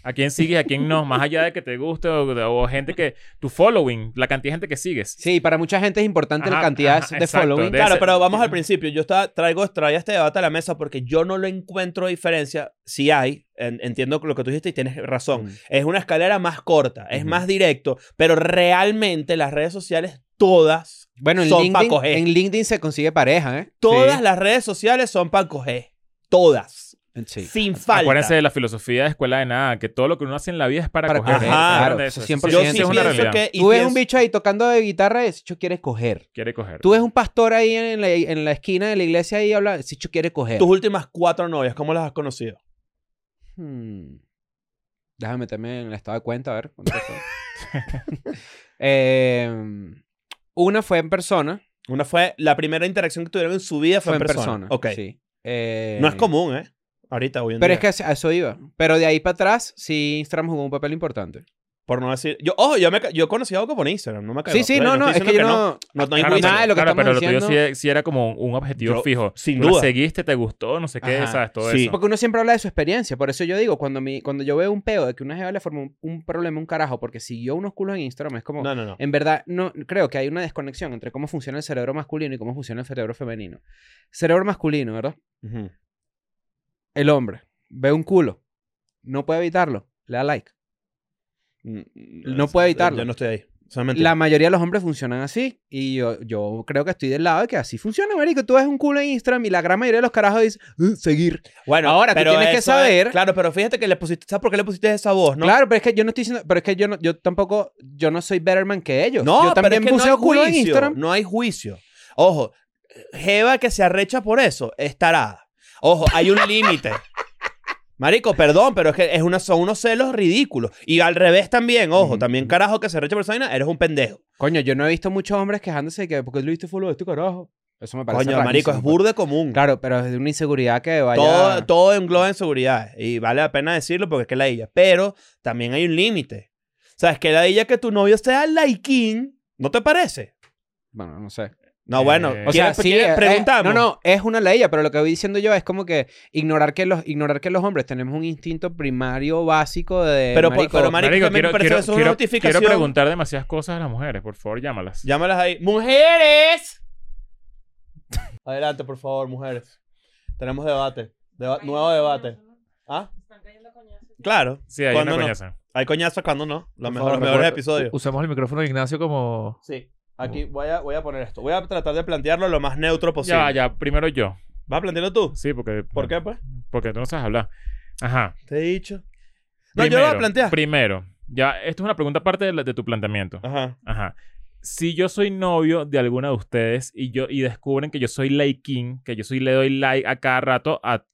S3: ¿A quién sigues? ¿A quién no? Más allá de que te guste o, o gente que... Tu following, la cantidad de gente que sigues.
S1: Sí, para mucha gente es importante la
S3: Ajá,
S1: cantidad
S3: ajá,
S1: de
S3: exacto,
S1: following.
S3: de
S2: Claro,
S3: ese-
S2: pero vamos al principio. Yo estaba, traigo, traía este debate a la mesa porque yo no lo encuentro diferencia. Si hay, en- entiendo lo que tú dijiste y tienes razón. Es una escalera más corta, es
S3: Ujú.
S2: más directo, pero realmente las redes sociales, todas,
S1: Bueno, en
S2: Son
S1: LinkedIn,
S2: pa' coger.
S1: en LinkedIn se consigue pareja, ¿eh?
S2: todas
S1: Sí.
S2: las redes sociales son para coger. Todas.
S1: Sí.
S2: Sin falta.
S3: Acuérdense de la filosofía de escuela de nada, que todo lo que uno hace en la vida es para,
S1: Para
S3: coger.
S2: coger,
S3: Ajá,
S2: claro,
S3: de
S1: eso
S3: eso.
S1: 100%.
S2: Yo
S3: Sí,
S2: sí
S3: es una
S2: pienso
S3: realidad.
S2: que... y
S1: Tú ves un
S2: pienso-
S1: bicho ahí tocando de guitarra y ese chico quiere coger.
S3: Quiere coger.
S1: Tú ves un pastor ahí en la, en la esquina de la iglesia y habla, ese chico quiere coger.
S2: Tus últimas cuatro novias, ¿cómo las has conocido?
S1: Hmm. Déjame meterme en el estado de cuenta, a
S2: [LAUGHS]
S1: ver. cuánto fue. Eh, una fue en persona.
S2: Una fue... La primera interacción que tuvieron en su vida fue, en persona. Ok.
S1: sí. Eh,
S2: No es común, ¿eh? Ahorita, hoy en
S1: Pero
S2: día.
S1: es que a eso iba. Pero de ahí para atrás, sí, Instagram jugó un papel importante.
S2: Por no decir. Yo, ojo, yo, me, ca- yo conocí algo por Instagram, no me caigo.
S1: sí, sí, no, no, es que yo no.
S2: No, no hay
S3: Claro,
S2: juicio.
S1: nada de lo que
S3: claro,
S1: estamos
S3: pero lo tuyo
S1: diciendo-
S3: sí, sí era como un objetivo
S2: Yo-
S3: fijo.
S2: sin
S3: Tú la
S2: duda.
S3: seguiste, te gustó, no sé qué,
S1: Ajá,
S3: sabes, todo
S2: sí.
S3: eso.
S1: Porque uno siempre habla de su experiencia. Por eso yo digo, cuando, mi, cuando yo veo un peo de que una jeva le formó un, un problema, un carajo, porque siguió unos culos en Instagram, es como.
S2: No, no, no.
S1: En verdad, no creo que hay una desconexión entre cómo funciona el cerebro masculino y cómo funciona el cerebro femenino. Cerebro masculino, ¿verdad?
S2: Ujú.
S1: El hombre ve un culo, no puede evitarlo, le da like.
S2: Mm,
S1: No
S2: es-
S1: puede evitarlo.
S2: Yo no estoy ahí. Solamente.
S1: La mayoría de los hombres funcionan así. Y yo, yo creo que estoy del lado de que así funciona, marico. Tú ves un culo en Instagram y la gran mayoría de los carajos dicen, "Uh, seguir.
S2: Bueno,
S1: Ahora, tú
S2: pero
S1: tienes que
S2: eso es-
S1: saber-
S2: claro, pero fíjate que le pusiste. ¿Sabes por qué le pusiste esa voz, no?
S1: Claro, pero es que yo no estoy diciendo, pero es que yo, no, yo tampoco, yo no soy Betterman que ellos.
S2: No,
S1: yo
S2: pero
S1: también
S2: es que
S1: puse
S2: no hay
S1: culo en
S2: juicio,
S1: Instagram.
S2: No hay juicio. Ojo, Jeva que se arrecha por eso estará. Ojo, hay un
S1: [LAUGHS]
S2: límite. Marico, perdón, pero es que es una, son unos celos ridículos. Y al revés también, ojo,
S1: Ujú.
S2: también carajo que se arrecha por esa vaina, eres un pendejo.
S1: Coño, yo no he visto muchos hombres quejándose de que, ¿por qué le diste follow a este carajo? Eso me parece
S2: Coño, marico,
S1: rarísimo,
S2: es
S1: pues.
S2: burde común.
S1: Claro, pero es de una inseguridad que vaya...
S2: Todo, todo engloba en seguridad. Y vale la pena decirlo porque es que es la ella. Pero también hay un límite. O sea, es que la ella que tu novio sea likeín, ¿no te parece?
S1: Bueno, no sé.
S2: No,
S3: Eh,
S2: bueno.
S3: o
S1: O sea, sí, eh, eh,
S2: preguntamos.
S1: no, no, es una ley, pero lo que voy diciendo yo es como que ignorar que los, ignorar que los hombres tenemos un instinto primario básico de.
S2: Pero, por- pero, marico,
S3: Marico,
S2: que me
S3: quiero,
S2: parece
S3: quiero-
S2: eso una
S3: quiero-
S2: notificación.
S3: quiero preguntar demasiadas cosas a las mujeres, por favor, llámalas.
S2: Llámalas ahí. ¡Mujeres! [LAUGHS] Adelante, por favor, mujeres. Tenemos debate. Deba- nuevo debate. ¿Ah? Claro.
S3: Sí, ahí
S2: ¿Cuándo
S3: una
S2: no?
S3: coñaza.
S2: Hay coñazos cuando no. Los
S4: Por
S2: mejores,
S4: favor,
S2: los mejores
S4: recuerda-
S2: episodios.
S4: u- Usamos el micrófono de Ignacio como.
S2: Sí. Aquí voy a, voy a poner esto. Voy a tratar de plantearlo lo más neutro posible.
S3: Ya, ya, primero yo.
S2: ¿Vas a plantearlo tú?
S3: Sí, porque.
S2: ¿Por qué, pues?
S3: Porque tú no sabes hablar. Ajá.
S2: Te he dicho. No, yo lo voy a plantear. Ah.
S3: Primero, ya, esto es una pregunta aparte de, la- de tu planteamiento.
S2: Ajá.
S3: Ajá. Si yo soy novio de alguna de ustedes y yo y descubren que yo soy liking, que yo soy le doy like a cada rato a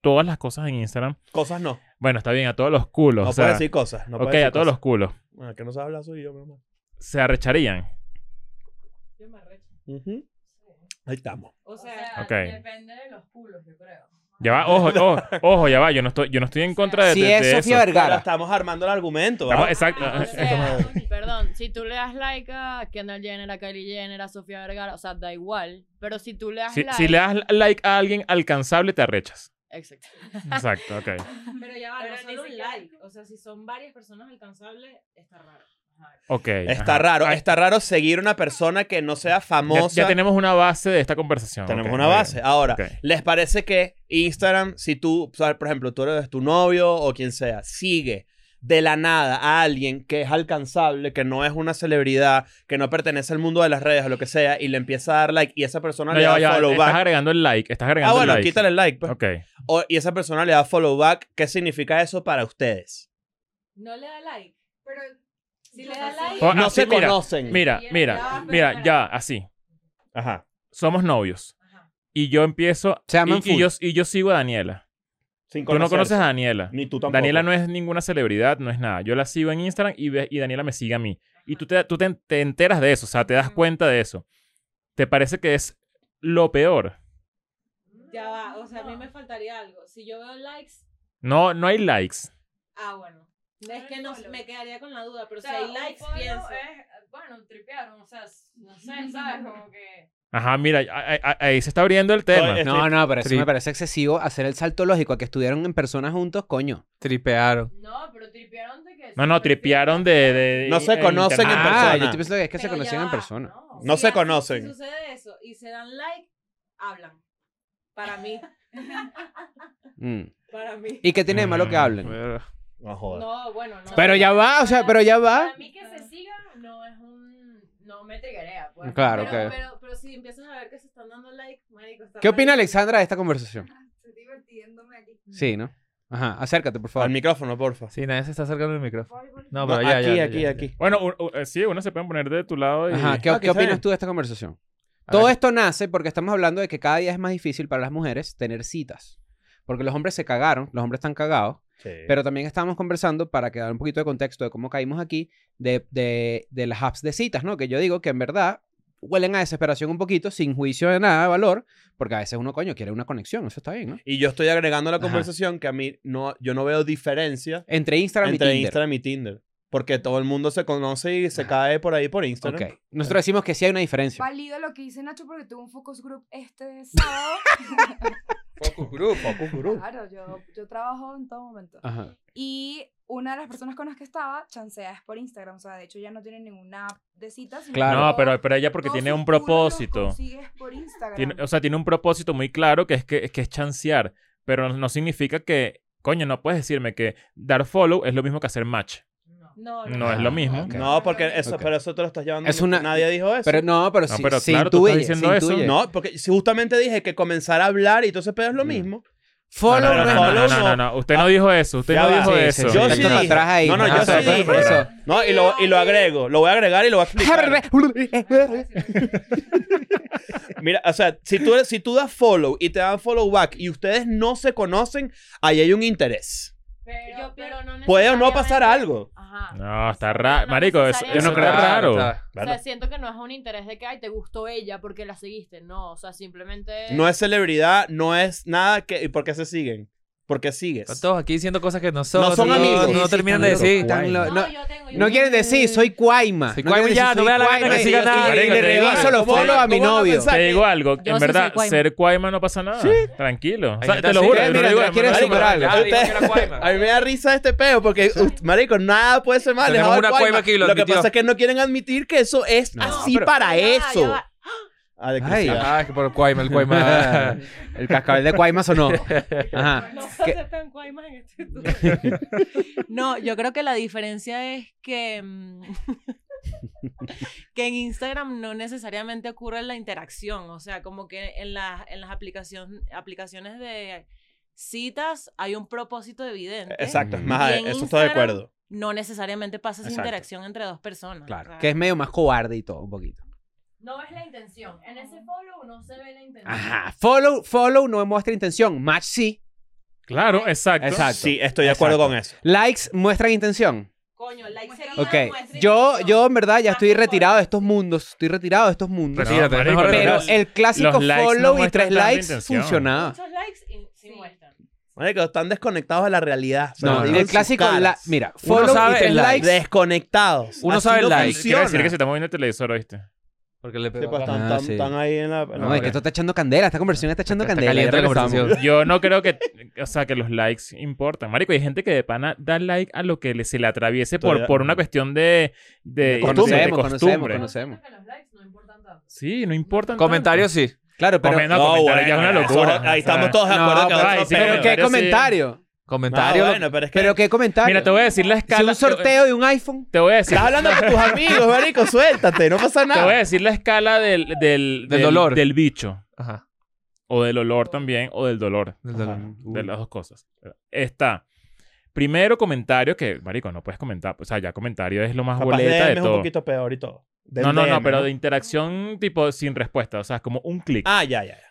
S3: todas las cosas en Instagram.
S2: Cosas no.
S3: Bueno, está bien, a todos los culos.
S2: No
S3: o sea,
S2: puedes decir cosas. No
S3: ok, a todos los culos.
S2: los. Bueno, que no sabes hablar soy yo, mi amor.
S3: Se arrecharían.
S2: Ujú. Ahí estamos.
S5: O sea, [LAUGHS]
S3: Ok.
S5: depende de los culos, yo creo.
S3: Ya va,
S2: [LAUGHS]
S3: ojo, ojo, ojo, ya va. Yo no estoy, yo no estoy en contra de,
S1: si
S3: de-
S1: es
S3: de
S1: Sofía
S3: eso.
S2: Pero
S1: Vergara.
S2: estamos armando el argumento. ¿va?
S3: Estamos- [LAUGHS] exacto.
S5: O sea,
S3: Estamos-
S5: perdón, si tú le das like a Kendall Jenner, a Kylie Jenner, a Sofía Vergara, o sea, da igual. Pero si tú le das
S3: Si,
S5: like.
S3: si le das like a alguien alcanzable, te arrechas.
S5: Exacto.
S3: Exacto, ok.
S6: Pero ya va,
S5: Pero
S6: no
S5: ni
S6: solo un
S5: siquiera-
S6: like. O sea, si son varias personas alcanzables, está raro. Ajá.
S3: Ok.
S2: Está
S3: ajá.
S2: raro,
S3: Ay,
S2: está raro seguir una persona que no sea
S3: ya,
S2: famosa.
S3: ya tenemos una base de esta conversación.
S2: Tenemos
S3: Ok,
S2: una
S3: muy bien.
S2: base. Ahora,
S3: Ok.
S2: ¿les parece que Instagram, si tú, o sea, por ejemplo, tú eres tu novio o quien sea, sigue de la nada a alguien que es alcanzable, que no es una celebridad, que no pertenece al mundo de las redes o lo que sea, y le empieza a dar like y esa persona
S3: No,
S2: le
S3: ya,
S2: da
S3: va, ya va.
S2: follow
S3: Estás
S2: back?
S3: agregando el like. Estás agregando
S2: Ah, bueno,
S3: el like.
S2: quítale el like. pues.
S3: Ok.
S2: O- y esa persona le da follow back. ¿Qué significa eso para ustedes?
S6: No le da like.
S5: Pero
S6: Si le da like.
S1: Oh,
S3: Pues,
S2: no
S3: así,
S2: se
S3: mira,
S2: conocen.
S3: Mira,
S6: Bien, ya
S3: mira,
S6: va,
S3: mira,
S6: pero-
S3: ya, así.
S2: Ajá.
S3: Somos novios.
S6: Ajá.
S3: Y yo empiezo.
S1: Se llaman
S3: y, y
S1: full.
S3: yo, y yo sigo a Daniela.
S2: Sin
S3: Tú no conoces
S2: conocerse.
S3: a Daniela.
S2: Ni tú tampoco.
S3: Daniela no es ninguna celebridad, no es nada. Yo la sigo en Instagram y, ve- y Daniela me sigue a mí. Y tú, te, tú te, te enteras de eso, o sea, te das cuenta de eso. ¿Te parece que es lo peor?
S6: Ya va. O sea, a mí me faltaría algo. Si yo veo likes,
S3: No, no hay likes.
S6: ah, bueno. Es que no, me quedaría con la duda, pero
S5: o sea,
S6: si hay
S5: un
S6: likes,
S5: follow
S6: pienso. [LAUGHS]
S5: es, bueno, tripearon, o sea, no sé, ¿sabes? Como que.
S3: Ajá, mira, a- a- a- ahí se está abriendo el tema.
S2: Estoy-
S1: No, no, pero eso
S4: Tri-
S1: me parece excesivo hacer el salto lógico a que estuvieron en persona juntos, coño.
S4: Tripearon.
S5: No, pero tripearon de que.
S3: No, no, tripearon de... de-
S2: No se
S3: en
S2: conocen en
S3: internet.
S1: Ah,
S2: persona.
S1: yo estoy pensando que es que se
S6: Pero ya
S1: conocían en
S6: va,
S1: persona.
S2: No
S6: Si
S2: se
S6: hace-
S2: conocen.
S6: Si sucede eso y se dan like, hablan. Para mí.
S1: Mm.
S6: Para mí.
S1: ¿Y qué tiene de malo que
S3: Mm,
S1: hablen?
S3: verga.
S2: No jodas.
S6: No, bueno, no.
S1: Pero ya va, o sea, pero ya va.
S5: Para mí que se sigan no es un. No me triguea, pues.
S1: Claro,
S6: pero,
S1: que.
S6: pero, pero si empiezas a ver que se están dando like, marico. está
S1: ¿Qué opina
S6: mal.
S1: Alexandra de esta conversación?
S7: Estoy divirtiéndome aquí.
S1: Sí, ¿no? Ajá, acércate, por favor.
S2: Al micrófono, porfa.
S4: Sí, nadie se está acercando al micrófono.
S7: Voy, voy.
S2: No,
S4: No, pero ya,
S2: aquí,
S4: ya, ya,
S2: aquí,
S4: ya.
S2: aquí.
S3: Bueno, u- u- eh, sí, uno se pueden poner de tu lado y...
S1: Ajá, ¿qué,
S2: Ah,
S1: qué
S2: que está
S1: opinas
S2: bien.
S1: tú de esta conversación?
S4: A
S1: Todo
S4: ver.
S1: esto nace porque estamos hablando de que cada día es más difícil para las mujeres tener citas. Porque los hombres se cagaron, los hombres están cagados. Pero también estábamos conversando, para que dar un poquito de contexto de cómo caímos aquí, de, de- de las apps de citas, ¿no? Que yo digo que en verdad huelen a desesperación un poquito, sin juicio de nada de valor, porque a veces uno, coño, quiere una conexión, eso está bien, ¿no?
S2: Y yo estoy agregando a la
S1: Ajá.
S2: conversación que a mí no, yo no veo diferencia
S1: Entre Instagram
S2: entre
S1: y Tinder.
S2: Instagram y Tinder. Porque todo el mundo se conoce y se
S1: Ajá.
S2: cae por ahí por Instagram.
S1: Ok. Nosotros decimos que sí hay una diferencia.
S7: Valido lo que dice Nacho porque tuve un focus group
S3: [LAUGHS]
S7: este sábado.
S1: Focus group, focus
S7: claro, yo, yo trabajo en todo momento.
S1: Ajá.
S7: Y una de las personas con las que estaba chancea es por Instagram. O sea, de hecho ya no tiene ninguna app de citas. sino
S1: Claro.
S3: No,
S7: todo-
S3: pero, pero ella porque
S7: todos
S3: tiene
S7: sus
S3: un
S7: culos los
S3: propósito.
S7: consigues por Instagram.
S3: Tiene- o sea, tiene un propósito muy claro que es que, que es chancear. Pero no, no significa que, coño, no puedes decirme que dar follow es lo mismo que hacer match.
S6: No,
S3: No es lo mismo.
S1: Ok.
S2: No, porque eso,
S1: Ok.
S2: pero eso te lo estás llevando.
S1: Es una-
S2: Nadie dijo eso.
S1: Pero no, pero,
S3: No,
S1: sí,
S3: pero
S1: se
S3: claro, tú estás
S1: intuye,
S3: diciendo
S1: se
S3: eso.
S1: intuye.
S2: No, porque si justamente dije que comenzar a hablar y entonces pero es lo
S1: Mm.
S2: mismo.
S1: Follow no,
S3: no, no, no, no, no,
S2: follow
S3: no,
S2: no.
S3: no, no. Usted no dijo eso. Usted
S2: Ya
S3: no
S2: va.
S3: dijo
S1: Sí, sí,
S3: eso.
S1: sí.
S2: Yo
S1: Está
S2: sí
S1: como
S2: dije.
S1: atrás ahí.
S2: No, no,
S1: Ah,
S2: yo sí
S1: pero-
S2: dije.
S1: por eso.
S2: No, y lo, y lo agrego. Lo voy a agregar y lo voy
S5: [LAUGHS]
S2: a explicar. Mira, o sea, si tú, si tú das follow y te dan follow back y ustedes no se conocen, ahí hay un interés.
S5: Pero,
S6: Yo-
S5: pero no
S2: Puede o no pasar
S5: necesariamente-
S2: algo.
S5: Ajá.
S3: No, está
S5: Pero
S3: raro.
S5: no
S3: Marico, eso-
S5: necesariamente.
S3: yo no
S4: Eso
S3: creo
S4: está
S3: raro.
S4: está-
S5: O sea, siento que no es un interés de que, ay, te gustó ella porque la seguiste. No, o sea, simplemente.
S2: No es celebridad, no es nada que. ¿Y por qué se siguen? ¿por qué sigues?
S4: Están todos aquí diciendo cosas que no son.
S2: No son amigos.
S4: No,
S2: Sí, sí,
S4: terminan de
S2: están
S4: decir.
S1: locos. Tan lo-
S5: No,
S1: no-
S5: yo tengo. yo
S1: No
S5: tengo-
S1: quieren decir, soy cuaima.
S4: Soy
S1: No quieren
S4: cuaima, ya,
S1: decir,
S4: no
S1: soy
S4: me da la gana
S1: cuaima.
S4: que siga
S1: Y-
S4: nada.
S1: y- Y le
S3: Marico, te digo
S1: reviso los
S2: algo.
S1: follow a mi
S2: ¿Cómo van a
S1: novio.
S2: pensar?
S3: Te digo algo.
S5: Yo
S3: En
S5: sí
S3: verdad,
S5: soy cuaima.
S3: ser cuaima no pasa nada. Tranquilo. O
S4: Hay
S3: sea,
S4: gente
S3: te lo
S4: así
S3: juro.
S4: que,
S3: yo no
S4: eh, mira,
S3: digo-
S4: ya quiere
S3: Marico,
S1: superar algo.
S4: Ah, dijo que era cuaima.
S2: A mí me da risa este peo porque, ut- marico, nada puede ser más
S4: Tenemos
S2: alejado de
S4: una cueva aquí, lo
S2: que
S4: admitió.
S2: pasa es que no quieren admitir que eso es
S1: No,
S2: así
S1: pero-
S2: para
S5: Ya va, ya
S2: eso.
S5: va.
S2: Ah, de que
S1: Ay.
S2: sí.
S4: Ah, que por el cuaima, el
S3: [LAUGHS]
S4: cuaima.
S1: El cascabel de cuaima
S4: [LAUGHS]
S1: sonó.
S2: Ah,
S1: Ajá.
S6: No
S1: ¿Qué?
S6: aceptan cuaimas en
S2: [LAUGHS]
S6: este
S5: No, yo creo que la diferencia es que. mm, [LAUGHS] que en Instagram no necesariamente ocurre la interacción. O sea, como que en, las en las aplicación, aplicaciones de citas hay un propósito evidente.
S2: Exacto, es
S1: Ujú.
S2: más,
S5: Y en
S2: eso estoy de
S5: Instagram-
S2: acuerdo.
S5: No necesariamente pasa esa
S2: Exacto.
S5: interacción entre dos personas. O
S1: Claro.
S5: sea,
S1: Que es medio más cobarde y todo, un poquito.
S5: No es la intención. En ese follow no se ve la intención.
S1: Ajá. Follow, follow no muestra intención. Match sí.
S3: Claro, exacto.
S1: Exacto.
S2: Sí, estoy de acuerdo
S1: Exacto.
S2: con eso.
S1: Likes muestran intención.
S6: Coño, like seguido
S1: Ok.
S6: muestra
S1: Yo,
S6: intención.
S1: yo en verdad ya estoy retirado de estos mundos. Estoy retirado de estos mundos.
S3: No,
S4: Retírate,
S3: marico,
S4: mejor
S1: Pero
S3: los-
S1: el clásico
S3: los likes
S1: follow
S3: no
S1: y tres
S3: muestran tanta
S1: likes
S3: intención.
S1: funcionaba.
S5: Muchos likes y sí
S6: Sí.
S5: muestran.
S2: Marico, están desconectados de la realidad. Se lo
S1: No,
S2: digo en
S1: el
S2: sus
S1: clásico,
S2: caras.
S1: la- mira,
S4: Uno
S1: follow
S4: sabe
S1: y tres
S4: el
S1: likes.
S2: Desconectados.
S4: Uno
S2: Así
S4: sabe el
S2: no
S4: like.
S3: Quiere
S2: funciona.
S3: decir que se está moviendo el televisor, ¿oíste?
S4: Porque le
S2: Sí,
S4: pegó.
S2: pues,
S4: acá.
S2: están,
S1: Ah,
S2: están-
S1: sí.
S2: están ahí en la. en la
S1: No, es
S2: pared.
S1: que esto está echando candela. Esta conversación está echando
S4: Está
S1: candela.
S4: caliente
S1: ya
S4: la
S1: regresamos.
S4: conversación.
S3: Yo no creo que, o sea, que los likes importan. Marico, hay gente que de pana da like a lo que le- se le atraviese por,
S2: Todavía-
S3: por una cuestión de, de,
S2: De costumbre.
S3: de
S1: Conocemos,
S3: costumbre.
S1: conocemos,
S5: Yo
S1: Conocemos.
S5: siento que los likes no importan tanto.
S3: Sí, no importan.
S4: Comentarios sí.
S1: Claro, pero.
S3: Comen- no,
S2: No,
S3: comentar ya es una
S2: bueno, eso-
S3: locura.
S2: Ahí estamos
S3: O sea,
S2: todos de
S1: No,
S2: acuerdo. que
S1: pero-
S2: es
S3: ay,
S2: otro
S3: sí,
S2: pedo.
S1: pero
S3: comentario,
S1: qué
S3: sí.
S1: comentario.
S4: Comentario.
S2: No, bueno, pero es que. [LAUGHS]
S1: Pero qué comentario.
S3: Mira, te voy a decir la escala.
S1: Si un sorteo de un iPhone.
S3: Te voy a decir.
S2: Estás hablando con tus amigos, marico, suéltate, no pasa
S3: Te voy a
S2: nada.
S3: decir la escala del, del,
S4: Del dolor.
S3: Del bicho.
S4: Ajá.
S3: O del olor también, o del dolor.
S4: Del dolor.
S3: De las dos cosas. Está. Primero, comentario que, marico, no puedes comentar. O sea, ya comentario es lo más
S2: Capaz DM
S3: boleta de
S2: es un
S3: todo.
S2: poquito peor y todo. Del
S3: No, no, no,
S2: DM,
S3: pero de interacción tipo sin respuesta. O sea, es como un clic.
S2: Ah, ya, ya. ya.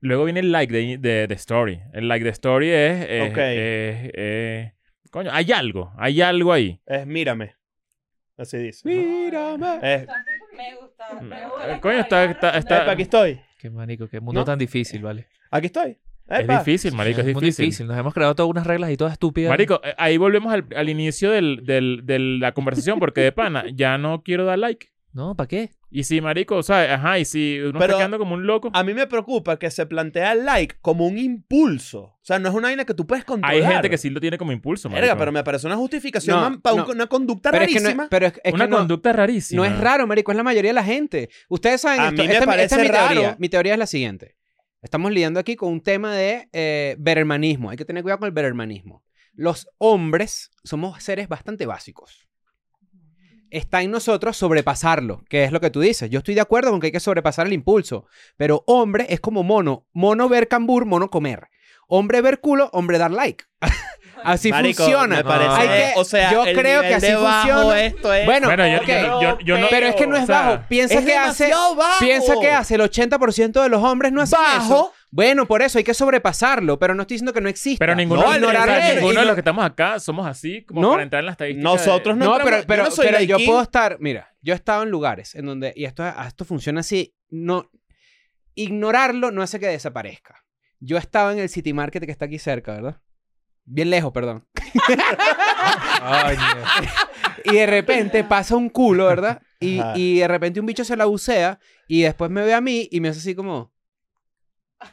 S3: Luego viene el like de, de, de story. El like de story es... es-
S2: Ok.
S3: es- es- coño, hay algo. Hay algo ahí.
S2: Es mírame. Así dice. ¿no?
S1: Mírame.
S2: Es,
S6: Me gusta. Me
S3: Eh,
S6: gusta.
S3: Coño, está... está, está-
S2: "Epa, aquí estoy.
S4: Qué marico, qué mundo
S2: No.
S4: tan difícil, ¿vale?
S2: Aquí estoy.
S3: es
S2: Epa.
S3: difícil, marico, es
S4: muy
S3: difícil.
S4: difícil. Nos hemos creado todas unas reglas y todas estúpidas.
S3: Marico, eh, ahí volvemos al, al inicio del- del- de la conversación porque de pana ya no quiero dar like.
S4: No, ¿para qué?
S3: Y si, marico, o sea, ajá, y si uno
S2: Pero-
S3: está quedando como un loco.
S2: A mí me preocupa que se plantea el like como un impulso. O sea, no es una vaina que tú puedes controlar.
S3: Hay gente que sí lo tiene como impulso, marico.
S2: Verga, pero me parece una justificación
S1: No,
S2: man, para un-
S1: no.
S2: una conducta
S1: Pero es que no,
S2: rarísima.
S1: pero es, es
S3: Una
S1: que no-
S3: conducta rarísima.
S1: No es raro, marico, es la mayoría de la gente. Ustedes saben
S2: A
S1: esto.
S2: mí me
S1: esta, es mi- esta es mi
S2: parece raro.
S1: teoría. Mi teoría es la siguiente. Estamos lidiando aquí con un tema de eh, bermanismo. Hay que tener cuidado con el bermanismo. Los hombres somos seres bastante básicos. Está en nosotros sobrepasarlo, que es lo que tú dices. Yo estoy de acuerdo con que hay que sobrepasar el impulso, pero hombre es como mono. Mono ver cambur, mono comer. Hombre ver culo, hombre dar like. [LAUGHS] Así
S2: Marico,
S1: funciona.
S2: Me parece,
S1: Hay que-
S2: o sea,
S1: yo
S2: el
S1: creo que
S2: nivel
S1: así
S2: de bajo
S1: funciona.
S2: Esto es,
S1: Bueno,
S3: Bueno, yo,
S1: ok.
S3: yo, yo- yo no.
S1: Pero es que no es
S3: o sea,
S1: bajo. Piensa
S2: es
S1: que hace.
S2: demasiado bajo.
S1: Piensa que hace el 80% de los hombres no hacen eso.
S2: bajo.
S1: Bueno, por eso hay que sobrepasarlo, pero no estoy diciendo que no exista.
S3: Pero ninguno,
S2: No,
S3: o sea,
S2: ignorarlo.
S3: ninguno de los que estamos acá somos así como
S1: ¿No?
S3: para entrar en la estadística.
S2: Nosotros
S1: Este, No,
S2: no, entramos-
S1: pero,
S2: yo
S1: pero,
S2: no soy
S1: pero
S2: like
S1: yo
S2: king.
S1: puedo estar, mira, yo he estado en lugares en donde, y esto, esto funciona así, no, ignorarlo no hace que desaparezca. Yo estaba en el City Market que está aquí cerca, ¿verdad? Bien lejos, perdón.
S3: [LAUGHS]
S4: Ay,
S1: Y de repente pasa un culo, ¿verdad? Y,
S2: Ajá.
S1: y de repente un bicho se la bucea y después me ve a mí y me hace así como...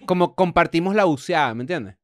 S1: Como compartimos la buceada, ¿me entiendes?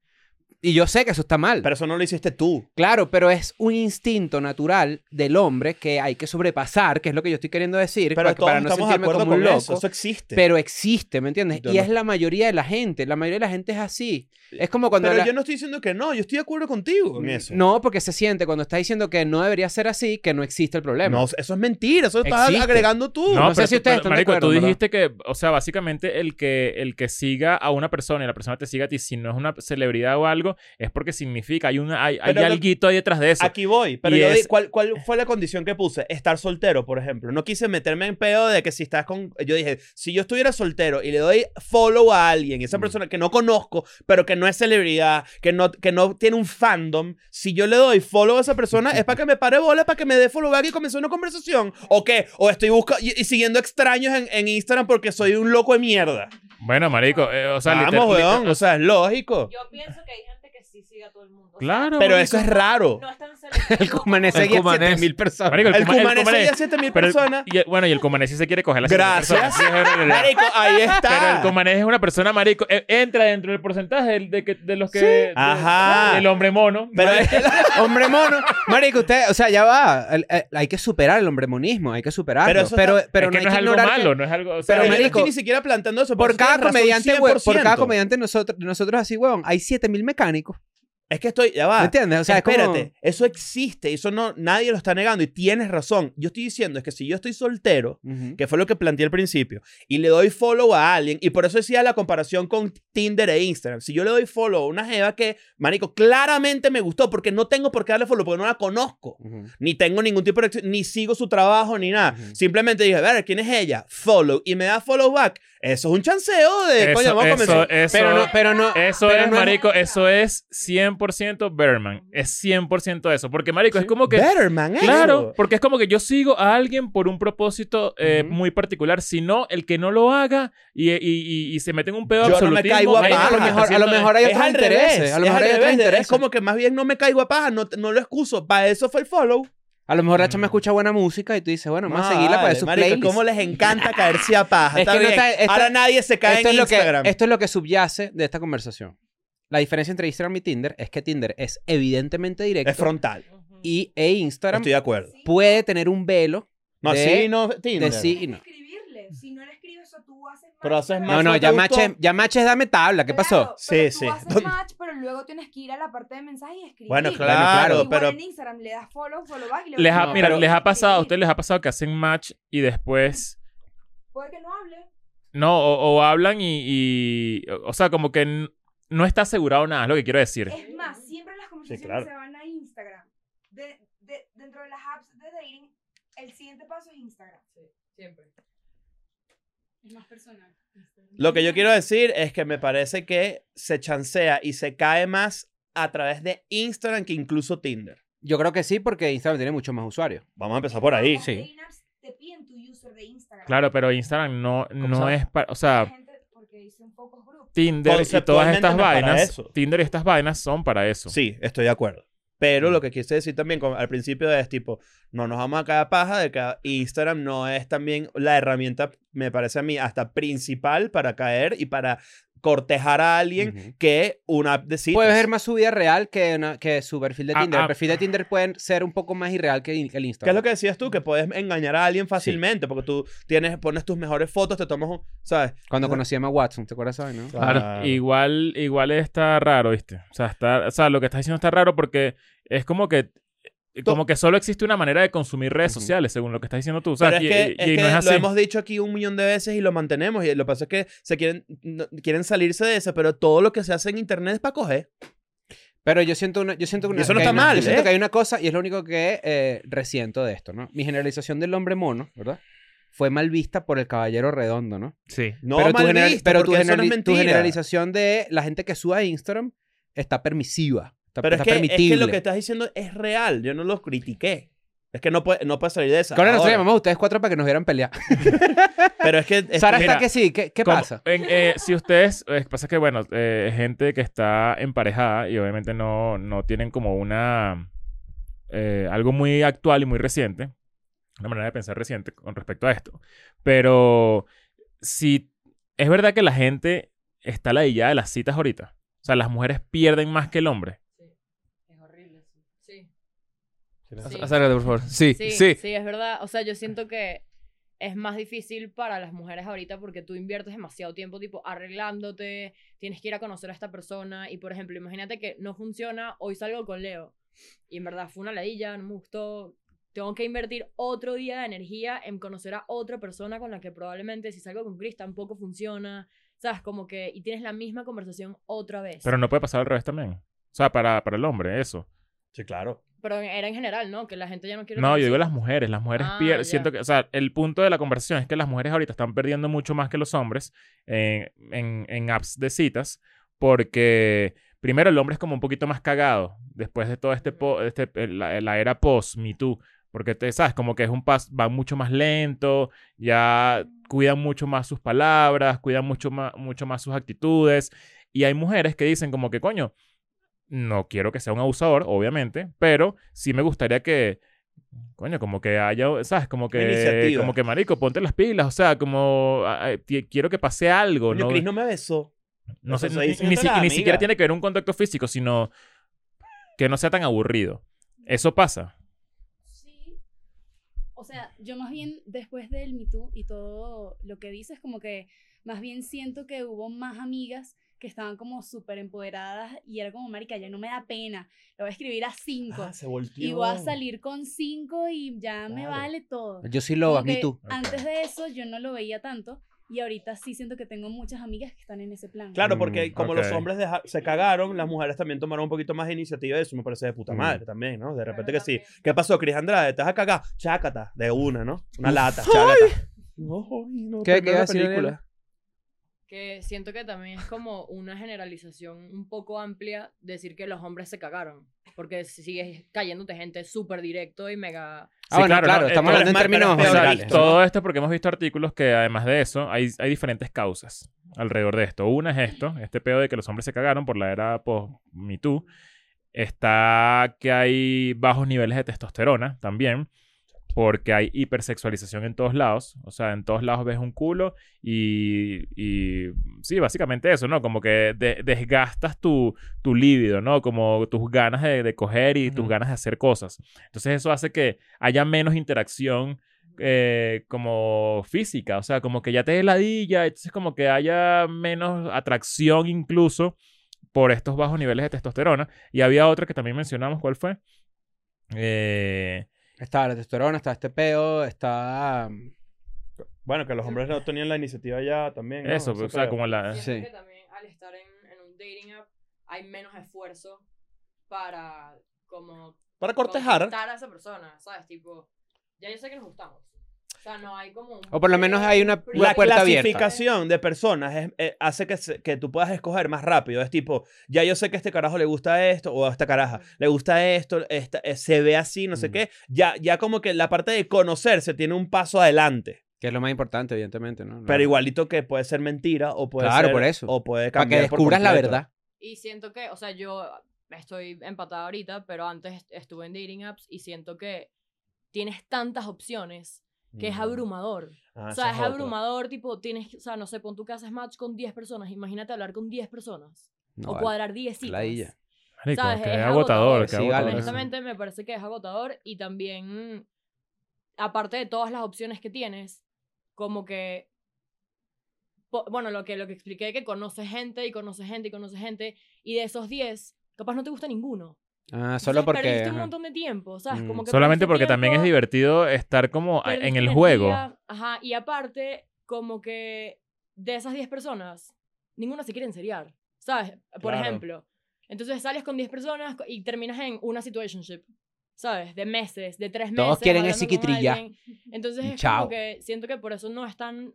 S1: Y yo sé que eso está mal.
S2: Pero eso no lo hiciste tú.
S1: Claro, pero es un instinto natural del hombre que hay que sobrepasar, que es lo que yo estoy queriendo decir,
S2: Pero
S1: para,
S2: todos
S1: para no
S2: estamos de
S1: sentirme
S2: acuerdo
S1: como un
S2: con
S1: loco.
S2: eso. Eso existe.
S1: Pero existe, ¿me entiendes?
S2: Yo
S1: y
S2: no.
S1: es la mayoría de la gente. La mayoría de la gente es así. Es como cuando...
S2: Pero
S1: la-
S2: yo no estoy diciendo que no. Yo estoy de acuerdo contigo en eso.
S1: No, porque se siente cuando está diciendo que no debería ser así, que no existe el problema.
S2: No, eso es mentira. Eso lo estás
S1: Existe.
S2: agregando tú.
S1: No, sé si
S3: tú-
S1: ustedes están de
S3: marico,
S1: acuerdo,
S3: tú
S1: ¿verdad?
S3: dijiste que, o sea, básicamente el que, el que siga a una persona y la persona te siga a ti, si no es una celebridad o algo, es porque significa, hay, una, hay, hay
S2: Pero lo-
S3: alguito ahí detrás de eso.
S2: Aquí voy. Pero
S3: Y
S2: yo di-
S3: es-
S2: ¿cuál, ¿cuál fue la condición que puse? Estar soltero, por ejemplo. No quise meterme en pedo de que si estás con... Yo dije, si yo estuviera soltero y le doy follow a alguien, esa
S3: Mm.
S2: persona que no conozco, pero que no es celebridad, que no, que no tiene un fandom, si yo le doy follow a esa persona es para que me pare bola, para que me dé follow back y comience una conversación. ¿O qué? O estoy buscando y, y siguiendo extraños en, en Instagram porque soy un loco de mierda.
S3: Bueno, marico, eh, o sea, liter-
S2: Vamos, weón. O sea, es lógico.
S5: Yo pienso que hay gente que sí sigue a todo el mundo. o sea,
S3: Claro.
S2: Pero
S3: marico.
S2: eso es raro.
S5: No es
S2: [LAUGHS]
S5: tan
S1: El
S5: selectivo.
S1: cumanés
S4: El
S1: seguía
S4: cumanés.
S1: 7000 personas.
S3: Marico,
S2: El
S3: Kuma- el
S2: cumanés
S3: Kumanés-
S2: seguía 7000
S3: Pero el-
S2: personas.
S3: y el- bueno, y el cumanés sí se quiere coger la
S2: Gracias.
S1: [LAUGHS]
S2: Marico, ahí está.
S3: Pero el cumanés es una persona, marico, eh, entra dentro del porcentaje del- de, que- de los que... de-
S2: Ajá.
S3: Del hombre mono.
S2: Pero
S3: Marico.
S1: Hombre mono. Marico, usted, o sea, ya va. El- el- hay que superar el hombre monismo, hay que superarlo.
S2: Pero
S1: Pero,
S2: eso
S1: pero,
S2: está-
S3: es que
S1: no hay
S3: no es
S1: que
S3: algo
S1: ignorar que-
S3: malo, no es algo... o sea,
S1: Pero,
S2: Pero, yo no
S1: marico,
S2: estoy ni siquiera planteando eso.
S1: por
S2: eso tienes
S1: cada
S2: razón
S1: comediante, hue- por
S2: 100%.
S1: cada comediante nosotros, nosotros así, huevón, hay 7000 mecánicos.
S2: Es que estoy, ya
S1: ¿Me
S2: va.
S1: entiendes? O sea, es como-
S2: Ah, espérate, eso existe, eso no, nadie lo está negando y tienes razón. Yo estoy diciendo es que si yo estoy soltero,
S1: Ujú.
S2: que fue lo que planteé al principio, y le doy follow a alguien, y por eso decía la comparación con Tinder e Instagram. Si yo le doy follow a una jeva que, marico, claramente me gustó, porque no tengo por qué darle follow, porque no la conozco.
S1: Ujú.
S2: Ni tengo ningún tipo de... Ni sigo su trabajo, ni nada.
S1: Ujú.
S2: Simplemente dije, ver, ¿quién es ella? Follow. Y me da follow back. Eso es un chanceo de... coño,
S3: Eso,
S2: vamos a comenzar.
S3: eso, eso,
S1: Pero no, pero no.
S3: Eso
S1: Pero
S3: es,
S1: no es-
S3: marico, eso es 100% Berman. Es 100% eso. Porque, marico, es como que...
S2: Better man, ¿eh?
S3: Claro, porque es como que yo sigo a alguien por un propósito eh,
S1: Ujú.
S3: muy particular. Si no, el que no lo haga y, y- y- y se mete en un pedo
S2: Yo no me
S3: absolutismo,
S2: caigo a
S3: marico,
S2: paja.
S1: a, lo
S3: porque
S1: mejor,
S3: está
S1: a lo
S3: haciendo-
S1: mejor hay
S2: Es
S1: otros
S2: al
S1: intereses.
S2: revés.
S1: A lo mejor
S2: es,
S1: hay
S2: al
S1: otros
S2: revés.
S1: intereses.
S2: es como que más bien no me caigo a paja, no, no lo excuso. Para eso fue el follow.
S1: A lo mejor la chama
S3: Mm.
S1: escucha buena música y tú dices, bueno, vamos a
S2: Más
S1: seguirla para su playlist.
S2: ¿Cómo les encanta caerse a paja?
S1: Es
S2: Está
S1: que no
S2: bien.
S1: está- esto-
S2: Ahora nadie se cae
S1: esto,
S2: en
S1: es lo
S2: Instagram.
S1: que, esto es lo que subyace de esta conversación. La diferencia entre Instagram y Tinder es que Tinder es evidentemente directo
S2: es frontal.
S5: Ujú.
S1: y e Instagram
S2: Estoy de acuerdo.
S1: puede tener un velo
S2: No,
S1: de-
S2: sí, no,
S1: de
S2: Tinder.
S1: sí y no.
S7: Escribirle. Si no le escribes o tú haces match.
S2: Pero haces match
S1: No, no,
S2: ¿No te
S1: ya
S2: gustó?
S1: maches, ya maches, dame tabla. ¿Qué pasó?
S2: Sí,
S7: sí,
S2: sí.
S7: sí. haces match, pero luego tienes que ir a la parte de mensaje y escribir.
S2: Bueno,
S1: claro, claro,
S7: Igual
S2: pero-
S7: en Instagram le das follow, follow back y luego
S3: Les ha,
S1: No,
S3: mira,
S1: pero-
S3: les ha pasado, a ustedes les ha pasado que hacen match y después...
S7: Puede que no hable.
S3: No, o, o hablan y, y- O sea, como que n- no está asegurado nada, es lo que quiero decir.
S7: Es más, siempre las conversaciones
S2: claro.
S7: se van a Instagram. De, de- dentro de las apps de dating, el siguiente paso es Instagram.
S6: Siempre. Es más personal.
S2: Lo que yo quiero decir es que me parece que se chancea y se cae más a través de Instagram que incluso Tinder.
S1: Yo creo que sí, porque Instagram tiene muchos más usuarios.
S2: Vamos a empezar por ahí.
S7: Las
S1: Sí.
S7: dating apps te piden tu user de Instagram.
S3: Claro, pero Instagram no, no
S2: sabes?
S3: es para... O
S7: La
S3: sea,
S7: gente, porque hice un pocos grupos.
S3: Tinder y todas
S2: Conceptualmente
S3: estas
S2: no es para
S3: vainas...
S2: eso.
S3: Tinder y estas vainas son para eso.
S2: Sí, estoy de acuerdo.
S1: Mm.
S2: Pero lo que quise decir también como al principio es tipo, no nos vamos a cada paja de que Instagram no es también la herramienta, me parece a mí, hasta principal para caer y para cortejar a alguien
S1: Ujú.
S2: que una app de citas.
S1: Puede ver más su vida real que, una- que su perfil de
S3: Ah,
S1: Tinder.
S3: ah.
S1: el perfil de Tinder puede ser un poco más irreal que, in- que el
S2: ¿Qué es
S1: Instagram.
S2: lo que decías tú? Que puedes engañar a alguien fácilmente porque tú tienes, pones tus mejores fotos, te tomas un, ¿sabes?
S1: Cuando conocí a Emma Watson, ¿te acuerdas? Hoy, no?
S3: Claro, Igual, igual está raro, ¿viste? O sea, está, o sea, lo que estás diciendo está raro porque es como que como que solo existe una manera de consumir redes
S1: Ujú.
S3: sociales, según lo que estás diciendo tú. O sea,
S2: Pero es
S3: y,
S2: que,
S3: y-
S2: es
S3: y
S2: que
S3: no es
S2: lo
S3: así.
S2: hemos dicho aquí un millón de veces y lo mantenemos. Y lo que pasa es que se quieren, no- quieren salirse de eso, pero todo lo que se hace en internet es para coger.
S1: Pero yo siento una, yo siento una,
S2: eso no
S1: que
S2: está
S1: hay una-
S2: mal,
S1: Yo siento
S2: ¿eh?
S1: que hay una cosa y es lo único que eh, resiento de esto, ¿no? Mi generalización del hombre mono, ¿verdad? Fue mal vista por el caballero redondo, ¿no?
S4: Sí.
S2: No,
S1: pero
S2: mal
S1: tu, general-
S2: visto,
S1: pero tu
S2: porque eso no es
S1: generali- tu
S2: mentira.
S1: generalización de la gente que suba a Instagram está permisiva. Está,
S2: Pero es
S1: está
S2: que, es que
S1: permitible.
S2: lo que estás diciendo es real. Yo no los critiqué. Es que no puede, no puede salir de esa.
S1: Que ahora nosotros
S2: Ahora,
S1: llamamos a ustedes cuatro para que nos vieran pelear.
S2: pero es que. es-
S1: Sara
S3: mira,
S1: está que sí. ¿Qué, qué
S3: Como-
S1: pasa?
S3: en- eh, si ustedes, eh, pasa que bueno, eh, gente que está emparejada y obviamente no, no tienen como una, eh, algo muy actual y muy reciente, una manera de pensar reciente con respecto a esto. Pero si es verdad que la gente está ladillada de las citas ahorita. O sea, las mujeres pierden más que el hombre.
S6: Es horrible, sí. Sí.
S4: Ac- Acércate, por favor. Sí, sí.
S8: Sí, sí, es verdad. O sea, yo siento que es más difícil para las mujeres ahorita porque tú inviertes demasiado tiempo tipo arreglándote, tienes que ir a conocer a esta persona y por ejemplo, imagínate que no funciona, hoy salgo con Leo y en verdad fue una ladilla, no me gustó. Tengo que invertir otro día de energía en conocer a otra persona con la que probablemente si salgo con Chris tampoco funciona. ¿Sabes? Como que. Y tienes la misma conversación otra vez.
S3: Pero no puede pasar al revés también. O sea, para, para el hombre, eso.
S2: Sí, claro.
S8: Pero era en general, ¿no? Que la gente ya no quiere.
S3: No, yo
S8: conocer-
S3: digo las mujeres. Las mujeres
S8: Ah,
S3: pierden.
S8: ya.
S3: Siento que, o sea, el punto de la conversación es que las mujeres ahorita están perdiendo mucho más que los hombres en, en- en apps de citas porque primero el hombre es como un poquito más cagado después de todo este, po- este la, la era post Me Too. Porque, te, ¿sabes? Como que es un pas, va mucho más lento, ya cuidan mucho más sus palabras, cuidan mucho más, mucho más sus actitudes. Y hay mujeres que dicen como que, coño, no quiero que sea un abusador, obviamente, pero sí me gustaría que, coño, como que haya, ¿sabes? Como que,
S2: Iniciativa.
S3: como que, marico, ponte las pilas, o sea, como, ah, eh, ti- quiero que pase algo,
S2: Coño,
S3: Oh, ¿no?
S2: Chris no me besó.
S3: No sé,
S2: Eso se
S3: ni,
S2: dice
S3: ni
S2: entre
S3: si-
S2: las
S3: ni siquiera
S2: amigas.
S3: tiene que ver un contacto físico, sino que no sea tan aburrido. Eso pasa.
S9: Sí. O sea, yo más bien después del Me Too y todo lo que dices, como que más bien siento que hubo más amigas que estaban como súper empoderadas y era como, marica, ya no me da pena, lo voy a escribir a cinco
S2: Ah, se volteó.
S9: y voy a salir con cinco y ya me
S2: Claro.
S9: vale todo.
S1: Yo sí
S9: Como
S1: lo ni
S9: que
S1: tú.
S9: Antes de eso yo no lo veía tanto y ahorita sí siento que tengo muchas amigas que están en ese plan.
S2: Claro,
S1: Mm,
S2: porque como los
S3: ok.
S2: hombres deja- se cagaron, las mujeres también tomaron un poquito más de iniciativa y eso me parece de puta
S1: Mm.
S2: madre también, ¿no? De repente
S6: Claro,
S2: que sí.
S6: también.
S2: ¿Qué pasó, Cris Andrade? ¿Te vas a cagar? Chácata, de una, ¿no? Una lata, chácata. Ay, no,
S1: ¿Qué-
S2: pero
S1: qué
S2: la
S1: iba a decir,
S2: película.
S1: Ariana?
S8: Que siento que también es como una generalización un poco amplia decir que los hombres se cagaron. Porque sigues cayéndote gente súper directo y mega.
S1: Ah,
S3: Sí,
S1: bueno, claro,
S3: claro, no, eh,
S1: estamos
S3: pero
S1: hablando en
S2: es más-
S1: términos
S2: pero es peor
S1: generales.
S2: visto.
S1: ¿no?
S3: Todo esto porque hemos visto artículos que además de eso hay, hay diferentes causas alrededor de esto. Una es esto, este pedo de que los hombres se cagaron por la era post-Me Too. Está que hay bajos niveles de testosterona también, porque hay hipersexualización en todos lados. O sea, en todos lados ves un culo y, y sí, básicamente eso, ¿no? Como que de- desgastas tu, tu líbido, ¿no? Como tus ganas de, de coger y tus
S4: Ujú.
S3: ganas de hacer cosas. Entonces eso hace que haya menos interacción eh, como física, o sea, como que ya te heladilla, entonces como que haya menos atracción incluso por estos bajos niveles de testosterona. Y había otra que también mencionamos, ¿cuál fue? Eh,
S1: Está la testosterona, está este peo, está...
S2: Bueno, que los hombres no tenían la iniciativa ya también. ¿no?
S3: eso,
S2: Ese
S3: o sea,
S2: pedo.
S3: como la...
S1: Sí.
S8: Siento que también al estar en, en un dating app hay menos esfuerzo para como
S2: Para cortejar.
S8: conquistar a esa persona, ¿sabes? Tipo, ya yo sé que nos gustamos. O sea, no hay como un
S1: O por lo menos hay una-
S8: pre-
S1: una
S2: La
S1: puerta abierta.
S2: clasificación de personas es- eh, hace que, se- que tú puedas escoger más rápido. Es tipo, ya yo sé que a este carajo le gusta esto, o a esta caraja le gusta esto, esta- eh, se ve así, no sé
S1: Mm.
S2: qué. Ya, ya como que la parte de conocerse tiene un paso adelante.
S1: Que es lo más importante, evidentemente, ¿no?
S2: Pero igualito que puede ser mentira o puede
S1: Claro,
S2: ser-
S1: por eso.
S2: O puede
S1: Para que
S2: cambiar por
S1: descubras la
S2: completo.
S1: verdad.
S8: Y siento que, o sea, yo estoy empatada ahorita, pero antes est- estuve en dating apps y siento que tienes tantas opciones que es
S2: Mm.
S8: abrumador.
S2: Ah,
S8: o
S2: esa
S8: sea, es
S2: otra.
S8: abrumador, tipo, tienes, o sea, no sé, pon tu casa es match con 10 personas, imagínate hablar con 10 personas
S1: No,
S8: o
S1: vale.
S8: cuadrar 10 citas.
S1: Ladilla.
S3: Marico,
S8: ¿Sabes?
S3: que
S8: Es
S3: es agotador,
S8: agotador.
S3: que
S1: Sí,
S3: agotador.
S1: vale.
S8: Honestamente, me parece que es agotador y también, mm, aparte de todas las opciones que tienes, como que, po- bueno, lo que, lo que expliqué, que conoces gente y conoces gente y conoces gente, y de esos 10, capaz no te gusta ninguno.
S1: Ah, solo
S8: Entonces,
S1: porque.
S8: Perdiste un
S1: ajá.
S8: montón de tiempo, ¿sabes?
S1: Mm.
S8: Como que
S3: Solamente
S8: perdiste
S3: porque también es
S8: tiempo,
S3: divertido estar como a- en
S8: perdiste
S3: el juego.
S8: energía, Ajá, y aparte, como que de esas 10 personas, ninguna se quiere enseriar, ¿sabes? Por
S2: Claro.
S8: ejemplo. Entonces sales con 10 personas co- y terminas en una situationship, ¿sabes? De meses, de tres meses.
S1: Todos quieren
S8: hablando
S1: el
S8: con
S1: psiquitrilla.
S8: alguien. Entonces es
S1: Chao.
S8: como que siento que por eso no es tan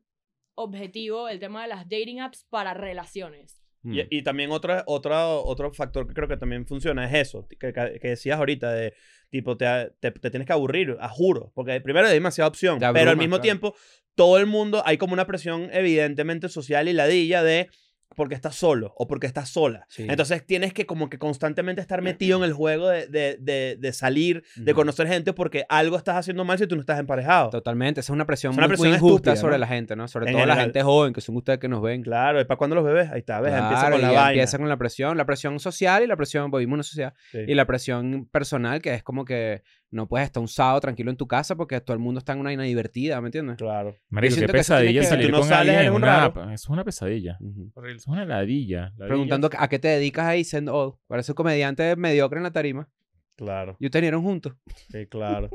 S8: objetivo el tema de las dating apps para relaciones.
S1: Mm.
S2: Y, y también otra, otra, otro factor que creo que también funciona es eso, que, que- que decías ahorita, de tipo, te, te, te tienes que aburrir, a juro, porque primero hay demasiada opción,
S1: Te
S2: pero al
S1: abruma,
S2: mismo
S1: claro.
S2: tiempo todo el mundo, hay como una presión evidentemente social y ladilla de porque estás solo o porque estás sola.
S1: Sí.
S2: Entonces tienes que como que constantemente estar metido en el juego de, de, de, de salir, de
S1: Ujú.
S2: conocer gente, porque algo estás haciendo mal si tú no estás emparejado.
S1: Totalmente, esa es una presión
S2: Es una
S1: muy,
S2: presión
S1: muy injusta
S2: estúpida,
S1: sobre
S2: ¿no?
S1: la gente, ¿no? Sobre
S2: En
S1: todo la
S2: general.
S1: gente joven, que son ustedes que nos ven.
S2: Claro, ¿y para cuando los bebés? Ahí está, ¿ves? empieza
S1: Claro,
S2: con la
S1: y
S2: vaina.
S1: empieza con la presión, la presión social y la presión, pues, vivimos en una sociedad,
S2: Sí.
S1: y la presión personal, que es como que no puedes estar un sábado tranquilo en tu casa porque todo el mundo está en una vaina divertida, ¿me entiendes?
S2: Claro.
S3: Marico, qué
S1: siento que eso tiene
S3: pesadilla
S1: que-
S3: salir
S2: Si tú no
S3: con
S2: sales,
S3: alguien
S2: eres
S3: en
S2: un
S3: una
S2: raro.
S3: app. Es una pesadilla.
S1: Ujú.
S3: Horrible, Es una ladilla. ladilla.
S1: Preguntando a qué te dedicas ahí, diciendo, oh, parece un comediante mediocre en la tarima.
S2: Claro,
S1: Y ustedes vinieron juntos.
S2: sí, claro.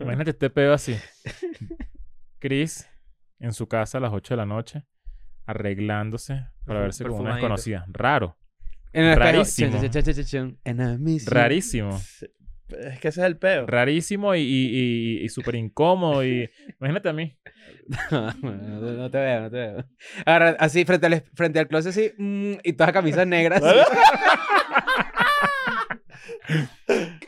S3: Imagínate este pedo así. Chris en su casa a las 8 de la noche arreglándose para
S4: Perfu-
S3: verse con una
S4: perfumadito.
S3: desconocida. Raro.
S1: En el espejo, chin,
S3: Rarísimo.
S1: chin, chin, chin, chin, and I miss you.
S3: Rarísimo.
S2: Es que ese es el peo.
S3: Rarísimo y, y, y- y súper incómodo. Y... Imagínate a mí.
S1: [LAUGHS] no, no, no te veo, no te veo. Agarra- así, frente al, es- frente al closet, así, mm, y todas camisas negras.
S2: [LAUGHS]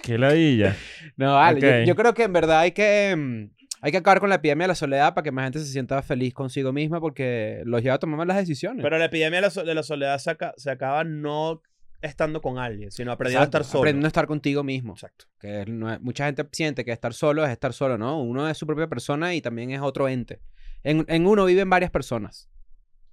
S3: Qué ladilla.
S1: No, vale. yo-
S3: Ok.
S1: Yo, creo que en verdad hay que, mm, hay que acabar con la epidemia de la soledad para que más gente se sienta feliz consigo misma porque los lleva a tomar malas decisiones.
S2: Pero la epidemia de la, so- de la soledad se, aca- se acaba no estando con alguien, sino aprendiendo
S1: Exacto,
S2: a estar solo.
S1: Aprendiendo a estar contigo mismo.
S2: Exacto.
S1: Que no es- mucha gente siente que estar solo es estar solo, ¿no? Uno es su propia persona y también es otro ente. En, en uno viven varias personas.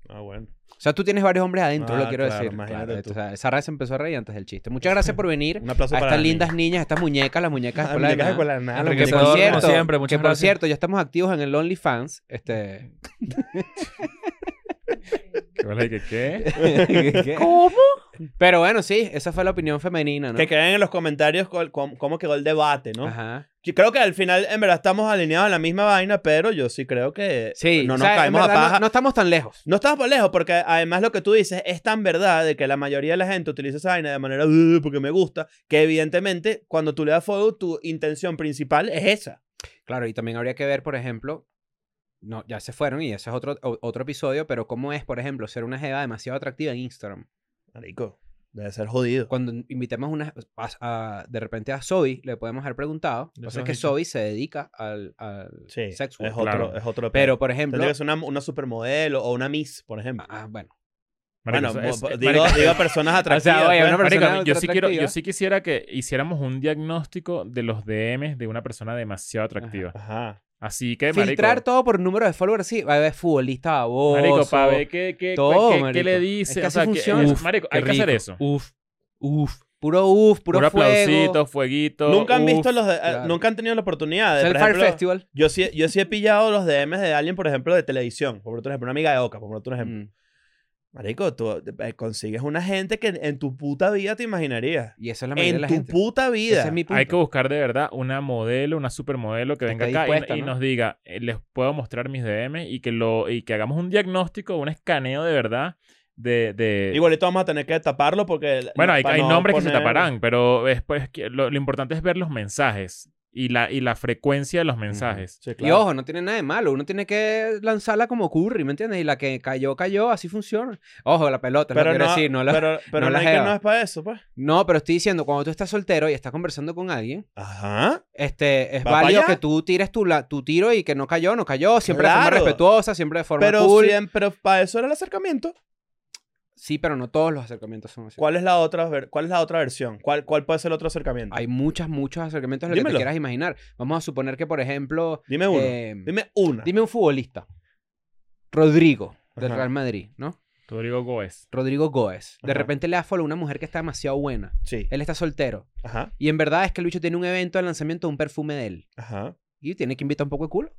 S2: Ah, bueno.
S1: O sea, tú tienes varios hombres adentro,
S2: Ah,
S1: lo quiero
S2: claro,
S1: decir.
S2: imagínate
S1: Claro,
S2: tú.
S1: o sea, Sara se empezó a reír antes del chiste. Muchas gracias por venir.
S2: [LAUGHS] Un aplauso
S1: A
S2: para
S1: estas
S2: Dani.
S1: lindas niñas, estas muñecas, las muñecas de
S2: Ah,
S1: escuela de
S2: muñecas de
S1: nada.
S2: escuela de nada,
S1: Que
S4: Enriquecedor,
S1: por
S4: como
S1: cierto,
S4: siempre, muchas
S1: que por
S4: gracias.
S1: cierto, ya estamos activos en el OnlyFans. Este,
S3: Qué ladilla,
S1: [LAUGHS]
S2: [LAUGHS]
S3: ¿Qué?
S1: ¿Cómo? Pero bueno, sí, esa fue la opinión femenina, ¿no?
S2: Que queden en los comentarios cuál- cómo, cómo quedó el debate, ¿no?
S1: Ajá.
S2: Yo creo que al final, en verdad, estamos alineados en la misma vaina, pero yo sí creo que
S1: Sí,
S2: no
S1: o
S2: nos
S1: sea, en
S2: caemos a
S1: verdad,
S2: paja.
S1: No, no estamos tan lejos.
S2: No estamos por lejos, porque además lo que tú dices es tan verdad de que la mayoría de la gente utiliza esa vaina de manera "Uh, porque me gusta, que evidentemente cuando tú le das fuego, tu intención principal es esa.
S1: Claro, y también habría que ver, por ejemplo, no, ya se fueron y ese es otro, o- otro episodio, pero cómo es, por ejemplo, ser una jeva demasiado atractiva en Instagram.
S2: Marico, debe ser jodido.
S1: Cuando invitemos una, a- a- de repente a Zoe, le podemos haber preguntado.
S3: Ya
S1: Lo que pasa
S3: se lo
S1: es que
S3: has dicho.
S1: Zoe se dedica al, al
S2: Sí,
S1: sex
S2: es
S1: work.
S2: otro,
S3: claro.
S2: es otro pedo.
S1: Pero, por ejemplo...
S2: Tendría que ser una, una supermodelo o una Miss, por ejemplo.
S1: Ah, bueno.
S3: Marico,
S2: bueno,
S3: eso es-
S2: mo-
S3: es-
S2: digo,
S1: [LAUGHS]
S3: marico,
S2: digo personas atractivas.
S1: oye,
S2: pues.
S1: una persona-
S3: Marico, yo sí, quiero, yo
S1: atractiva.
S3: sí quisiera que hiciéramos un diagnóstico de los DMs de una persona demasiado atractiva.
S2: Ajá.
S3: Así que, marico,
S1: Filtrar todo por número de followers, sí. Va a haber futbolista baboso.
S3: marico para ver qué, qué,
S1: todo,
S3: qué- qué
S1: marico.
S3: le
S1: Es
S3: dice.
S1: que
S3: o
S1: así
S3: sea, que-
S1: funciona.
S3: Uf, marico,
S4: qué
S3: hay que hacer
S4: rico.
S3: eso.
S4: Uf, uf.
S1: Puro uff, puro,
S3: Puro
S1: fuego.
S3: aplausito, fueguito.
S2: Nunca han
S3: uf.
S2: visto los... de- eh,
S1: claro.
S2: Nunca han tenido la oportunidad
S1: Es
S2: de,
S1: el
S2: por
S1: Fire
S2: ejemplo,
S1: Festival.
S2: Yo sí, yo sí he pillado los DMs de alguien, por ejemplo, de televisión. Por otro ejemplo, una amiga de Oca, por otro ejemplo.
S1: Mm.
S2: Marico, tú eh, consigues una gente que en tu puta vida te imaginarías.
S1: Y eso es la mayoría de
S2: En
S1: la
S2: tu
S1: gente.
S2: puta vida.
S1: Ese es mi punto.
S3: Hay que buscar de verdad una modelo, una supermodelo que
S1: Que
S3: venga
S1: esté
S3: acá y-
S1: dispuesta,
S3: y,
S1: ¿no?
S3: nos diga, eh, les puedo mostrar mis DM y que lo y que hagamos un diagnóstico, un escaneo de verdad de, de-
S2: Igualito vamos a tener que taparlo porque... el-
S3: bueno, hay,
S2: para
S3: hay
S2: no
S3: nombres que se
S2: poner-
S3: taparán, pero después que- lo, lo importante es ver los mensajes y la y la frecuencia de los mensajes.
S2: Sí,
S1: Y
S2: claro.
S1: ojo, no tiene nada de malo. Uno tiene que lanzarla como curry, ¿me entiendes? Y la que cayó, cayó. Así funciona. Ojo, la pelota, es lo que
S2: Pero
S1: quiero
S2: no,
S1: decir, No, la- [LAUGHS]
S2: pero, pero
S1: no
S2: no
S1: la
S2: es que
S1: jeva.
S2: no es para eso, pues.
S1: No, pero estoy diciendo, cuando tú estás soltero y estás conversando con alguien,
S2: Ajá.
S1: este, es
S2: Va pa'
S1: válido
S2: allá.
S1: que tú tires tu, la- tu tiro y que no cayó, no cayó. Siempre de forma
S2: Claro.
S1: respetuosa, siempre de forma
S2: Pero,
S1: cool.
S2: siempre- pero para eso era el acercamiento.
S1: Sí, pero no todos los acercamientos son así.
S2: ¿Cuál es la otra, ver- cuál es la otra versión? ¿Cuál, ¿Cuál puede ser el otro acercamiento?
S1: Hay muchos, muchos acercamientos de lo que
S2: Dímelo.
S1: te quieras imaginar. Vamos a suponer que, por ejemplo,
S2: Dime uno.
S1: eh,
S2: Dime una.
S1: dime un futbolista. Rodrigo, del
S2: Ajá.
S1: Real Madrid, ¿no?
S3: Rodrigo Góez.
S1: Rodrigo Góez. De
S2: Ajá.
S1: repente le da follow a una mujer que está demasiado buena.
S2: Sí.
S1: Él está soltero.
S2: Ajá.
S1: Y en verdad es que Lucho tiene un evento de lanzamiento de un perfume de él.
S2: Ajá.
S1: Y tiene que invitar un poco de culo.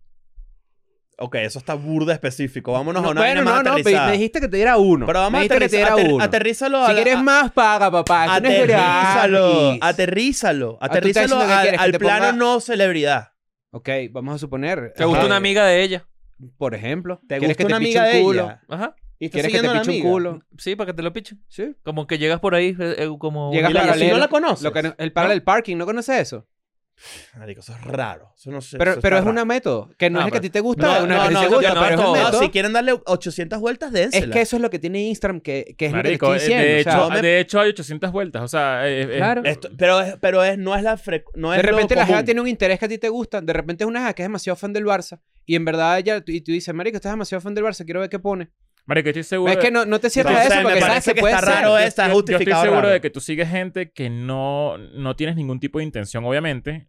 S2: Ok, eso está burda específico. Vámonos a
S1: No,
S2: una
S1: bueno,
S2: vaina
S1: no,
S2: más
S1: no, pe-
S2: aterrizada.
S1: me dijiste que te diera uno.
S2: Pero vamos
S1: me
S2: a
S1: dijiste que te
S2: aterrizar.
S1: diera
S2: ater-
S1: uno.
S2: aterrízalo a
S1: si
S2: la-
S1: quieres
S2: a-
S1: más, paga, papá. Eso no es
S2: Aterrízalo.
S1: gratis.
S2: Aterrízalo.
S1: Ah, tú estás diciendo
S2: Aterrízalo
S1: que
S2: al,
S1: quieres que
S2: al
S1: te
S2: plano
S1: ponga-
S2: no celebridad.
S1: Ok, vamos a suponer.
S4: ¿Te gusta
S1: ajá,
S4: una amiga de ella?
S1: Por ejemplo.
S2: ¿Te
S1: ¿Quieres
S2: gusta
S1: que
S2: una
S1: te piche
S2: amiga
S1: un
S2: de
S1: culo?
S2: ella?
S4: Ajá.
S2: ¿Y
S1: ¿Quieres que
S2: estás
S1: te
S2: siguiendo a la
S1: piche un
S2: amiga?
S1: culo?
S4: Sí, para que te lo pichen.
S1: Sí.
S4: Como que llegas por ahí, eh, eh, como... Ah,
S1: Llegas
S2: Claro, si
S1: paralelo.
S2: no la conoces.
S1: Lo que- el parallel parking, ¿no conoces eso?
S2: Marico, eso es raro. Eso no sé.
S1: Pero,
S2: eso
S1: pero
S2: está
S1: es
S2: raro.
S1: un método. Que no
S4: No,
S1: es que a ti te gusta,
S2: No,
S1: es una
S2: no,
S1: que
S2: no,
S1: sí te
S2: no,
S1: gusta,
S4: no,
S1: pero es
S4: no,
S1: un
S4: no,
S1: método.
S2: No, si quieren darle 800 vueltas,
S1: Es
S2: dénsela.
S1: que eso es lo que tiene Instagram, que, que es
S3: Marico,
S1: lo que
S3: eh,
S1: te estoy diciendo.
S3: de,
S1: o
S3: hecho,
S1: sea,
S2: me-
S3: de hecho hay 800 vueltas. O sea, eh, eh,
S1: Claro.
S2: Esto- pero es, pero es, no es la fre- no es
S1: de repente
S2: lo
S1: la
S2: común.
S1: gente tiene un interés que a ti te gusta. De repente es una jeva que es demasiado fan del Barça. Y en verdad ella, y tú dices, Marico, estás demasiado fan del Barça, quiero ver qué pone.
S3: Marico, estoy seguro.
S1: Es que no, no te cierres a
S2: Entonces,
S1: eso
S2: me
S1: porque sabes
S2: parece
S1: que, puede
S2: está
S1: ser.
S2: raro
S3: Yo-
S2: está
S3: yo- Yo
S2: justificado
S3: estoy seguro
S2: raro.
S3: de que tú sigues gente que no, no tienes ningún tipo de intención, obviamente.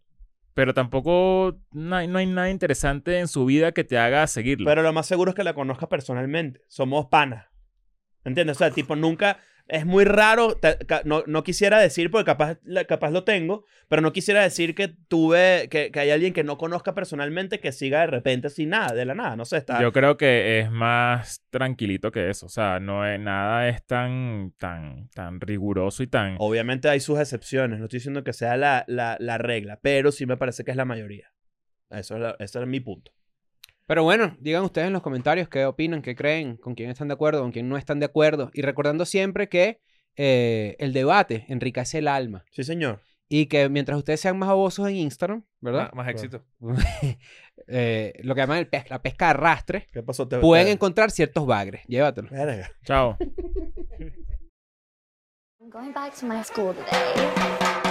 S3: Pero tampoco no hay, no hay nada interesante en su vida que te haga seguirlo.
S2: Pero lo más seguro es que la conozcas personalmente. Somos panas. ¿Entiendes? O sea, tipo, nunca. Es muy raro. te- ca- no, no quisiera decir, porque capaz, la- capaz lo tengo, pero no quisiera decir que tuve. Que, que hay alguien que no conozca personalmente que siga de repente sin nada, de la nada. No sé, está.
S3: Yo creo que es más tranquilito que eso. O sea, no es, nada es tan, tan, tan riguroso y tan.
S2: Obviamente hay sus excepciones. No estoy diciendo que sea la, la, la regla, pero sí me parece que es la mayoría. Eso es, la- eso es mi punto.
S1: Pero bueno, digan ustedes en los comentarios qué opinan, qué creen, con quién están de acuerdo, con quién no están de acuerdo. Y recordando siempre que eh, el debate enriquece el alma.
S2: Sí, señor.
S1: Y que mientras ustedes sean más abosos en Instagram, ¿verdad?
S4: Ah, más éxito.
S1: [LAUGHS] Eh, lo que llaman el pes- la pesca de arrastre,
S2: ¿Qué pasó? Te-
S1: pueden
S2: te-
S1: encontrar ciertos bagres. Llévatelo.
S2: Verga.
S3: Chao.
S10: I'm going back to my school today.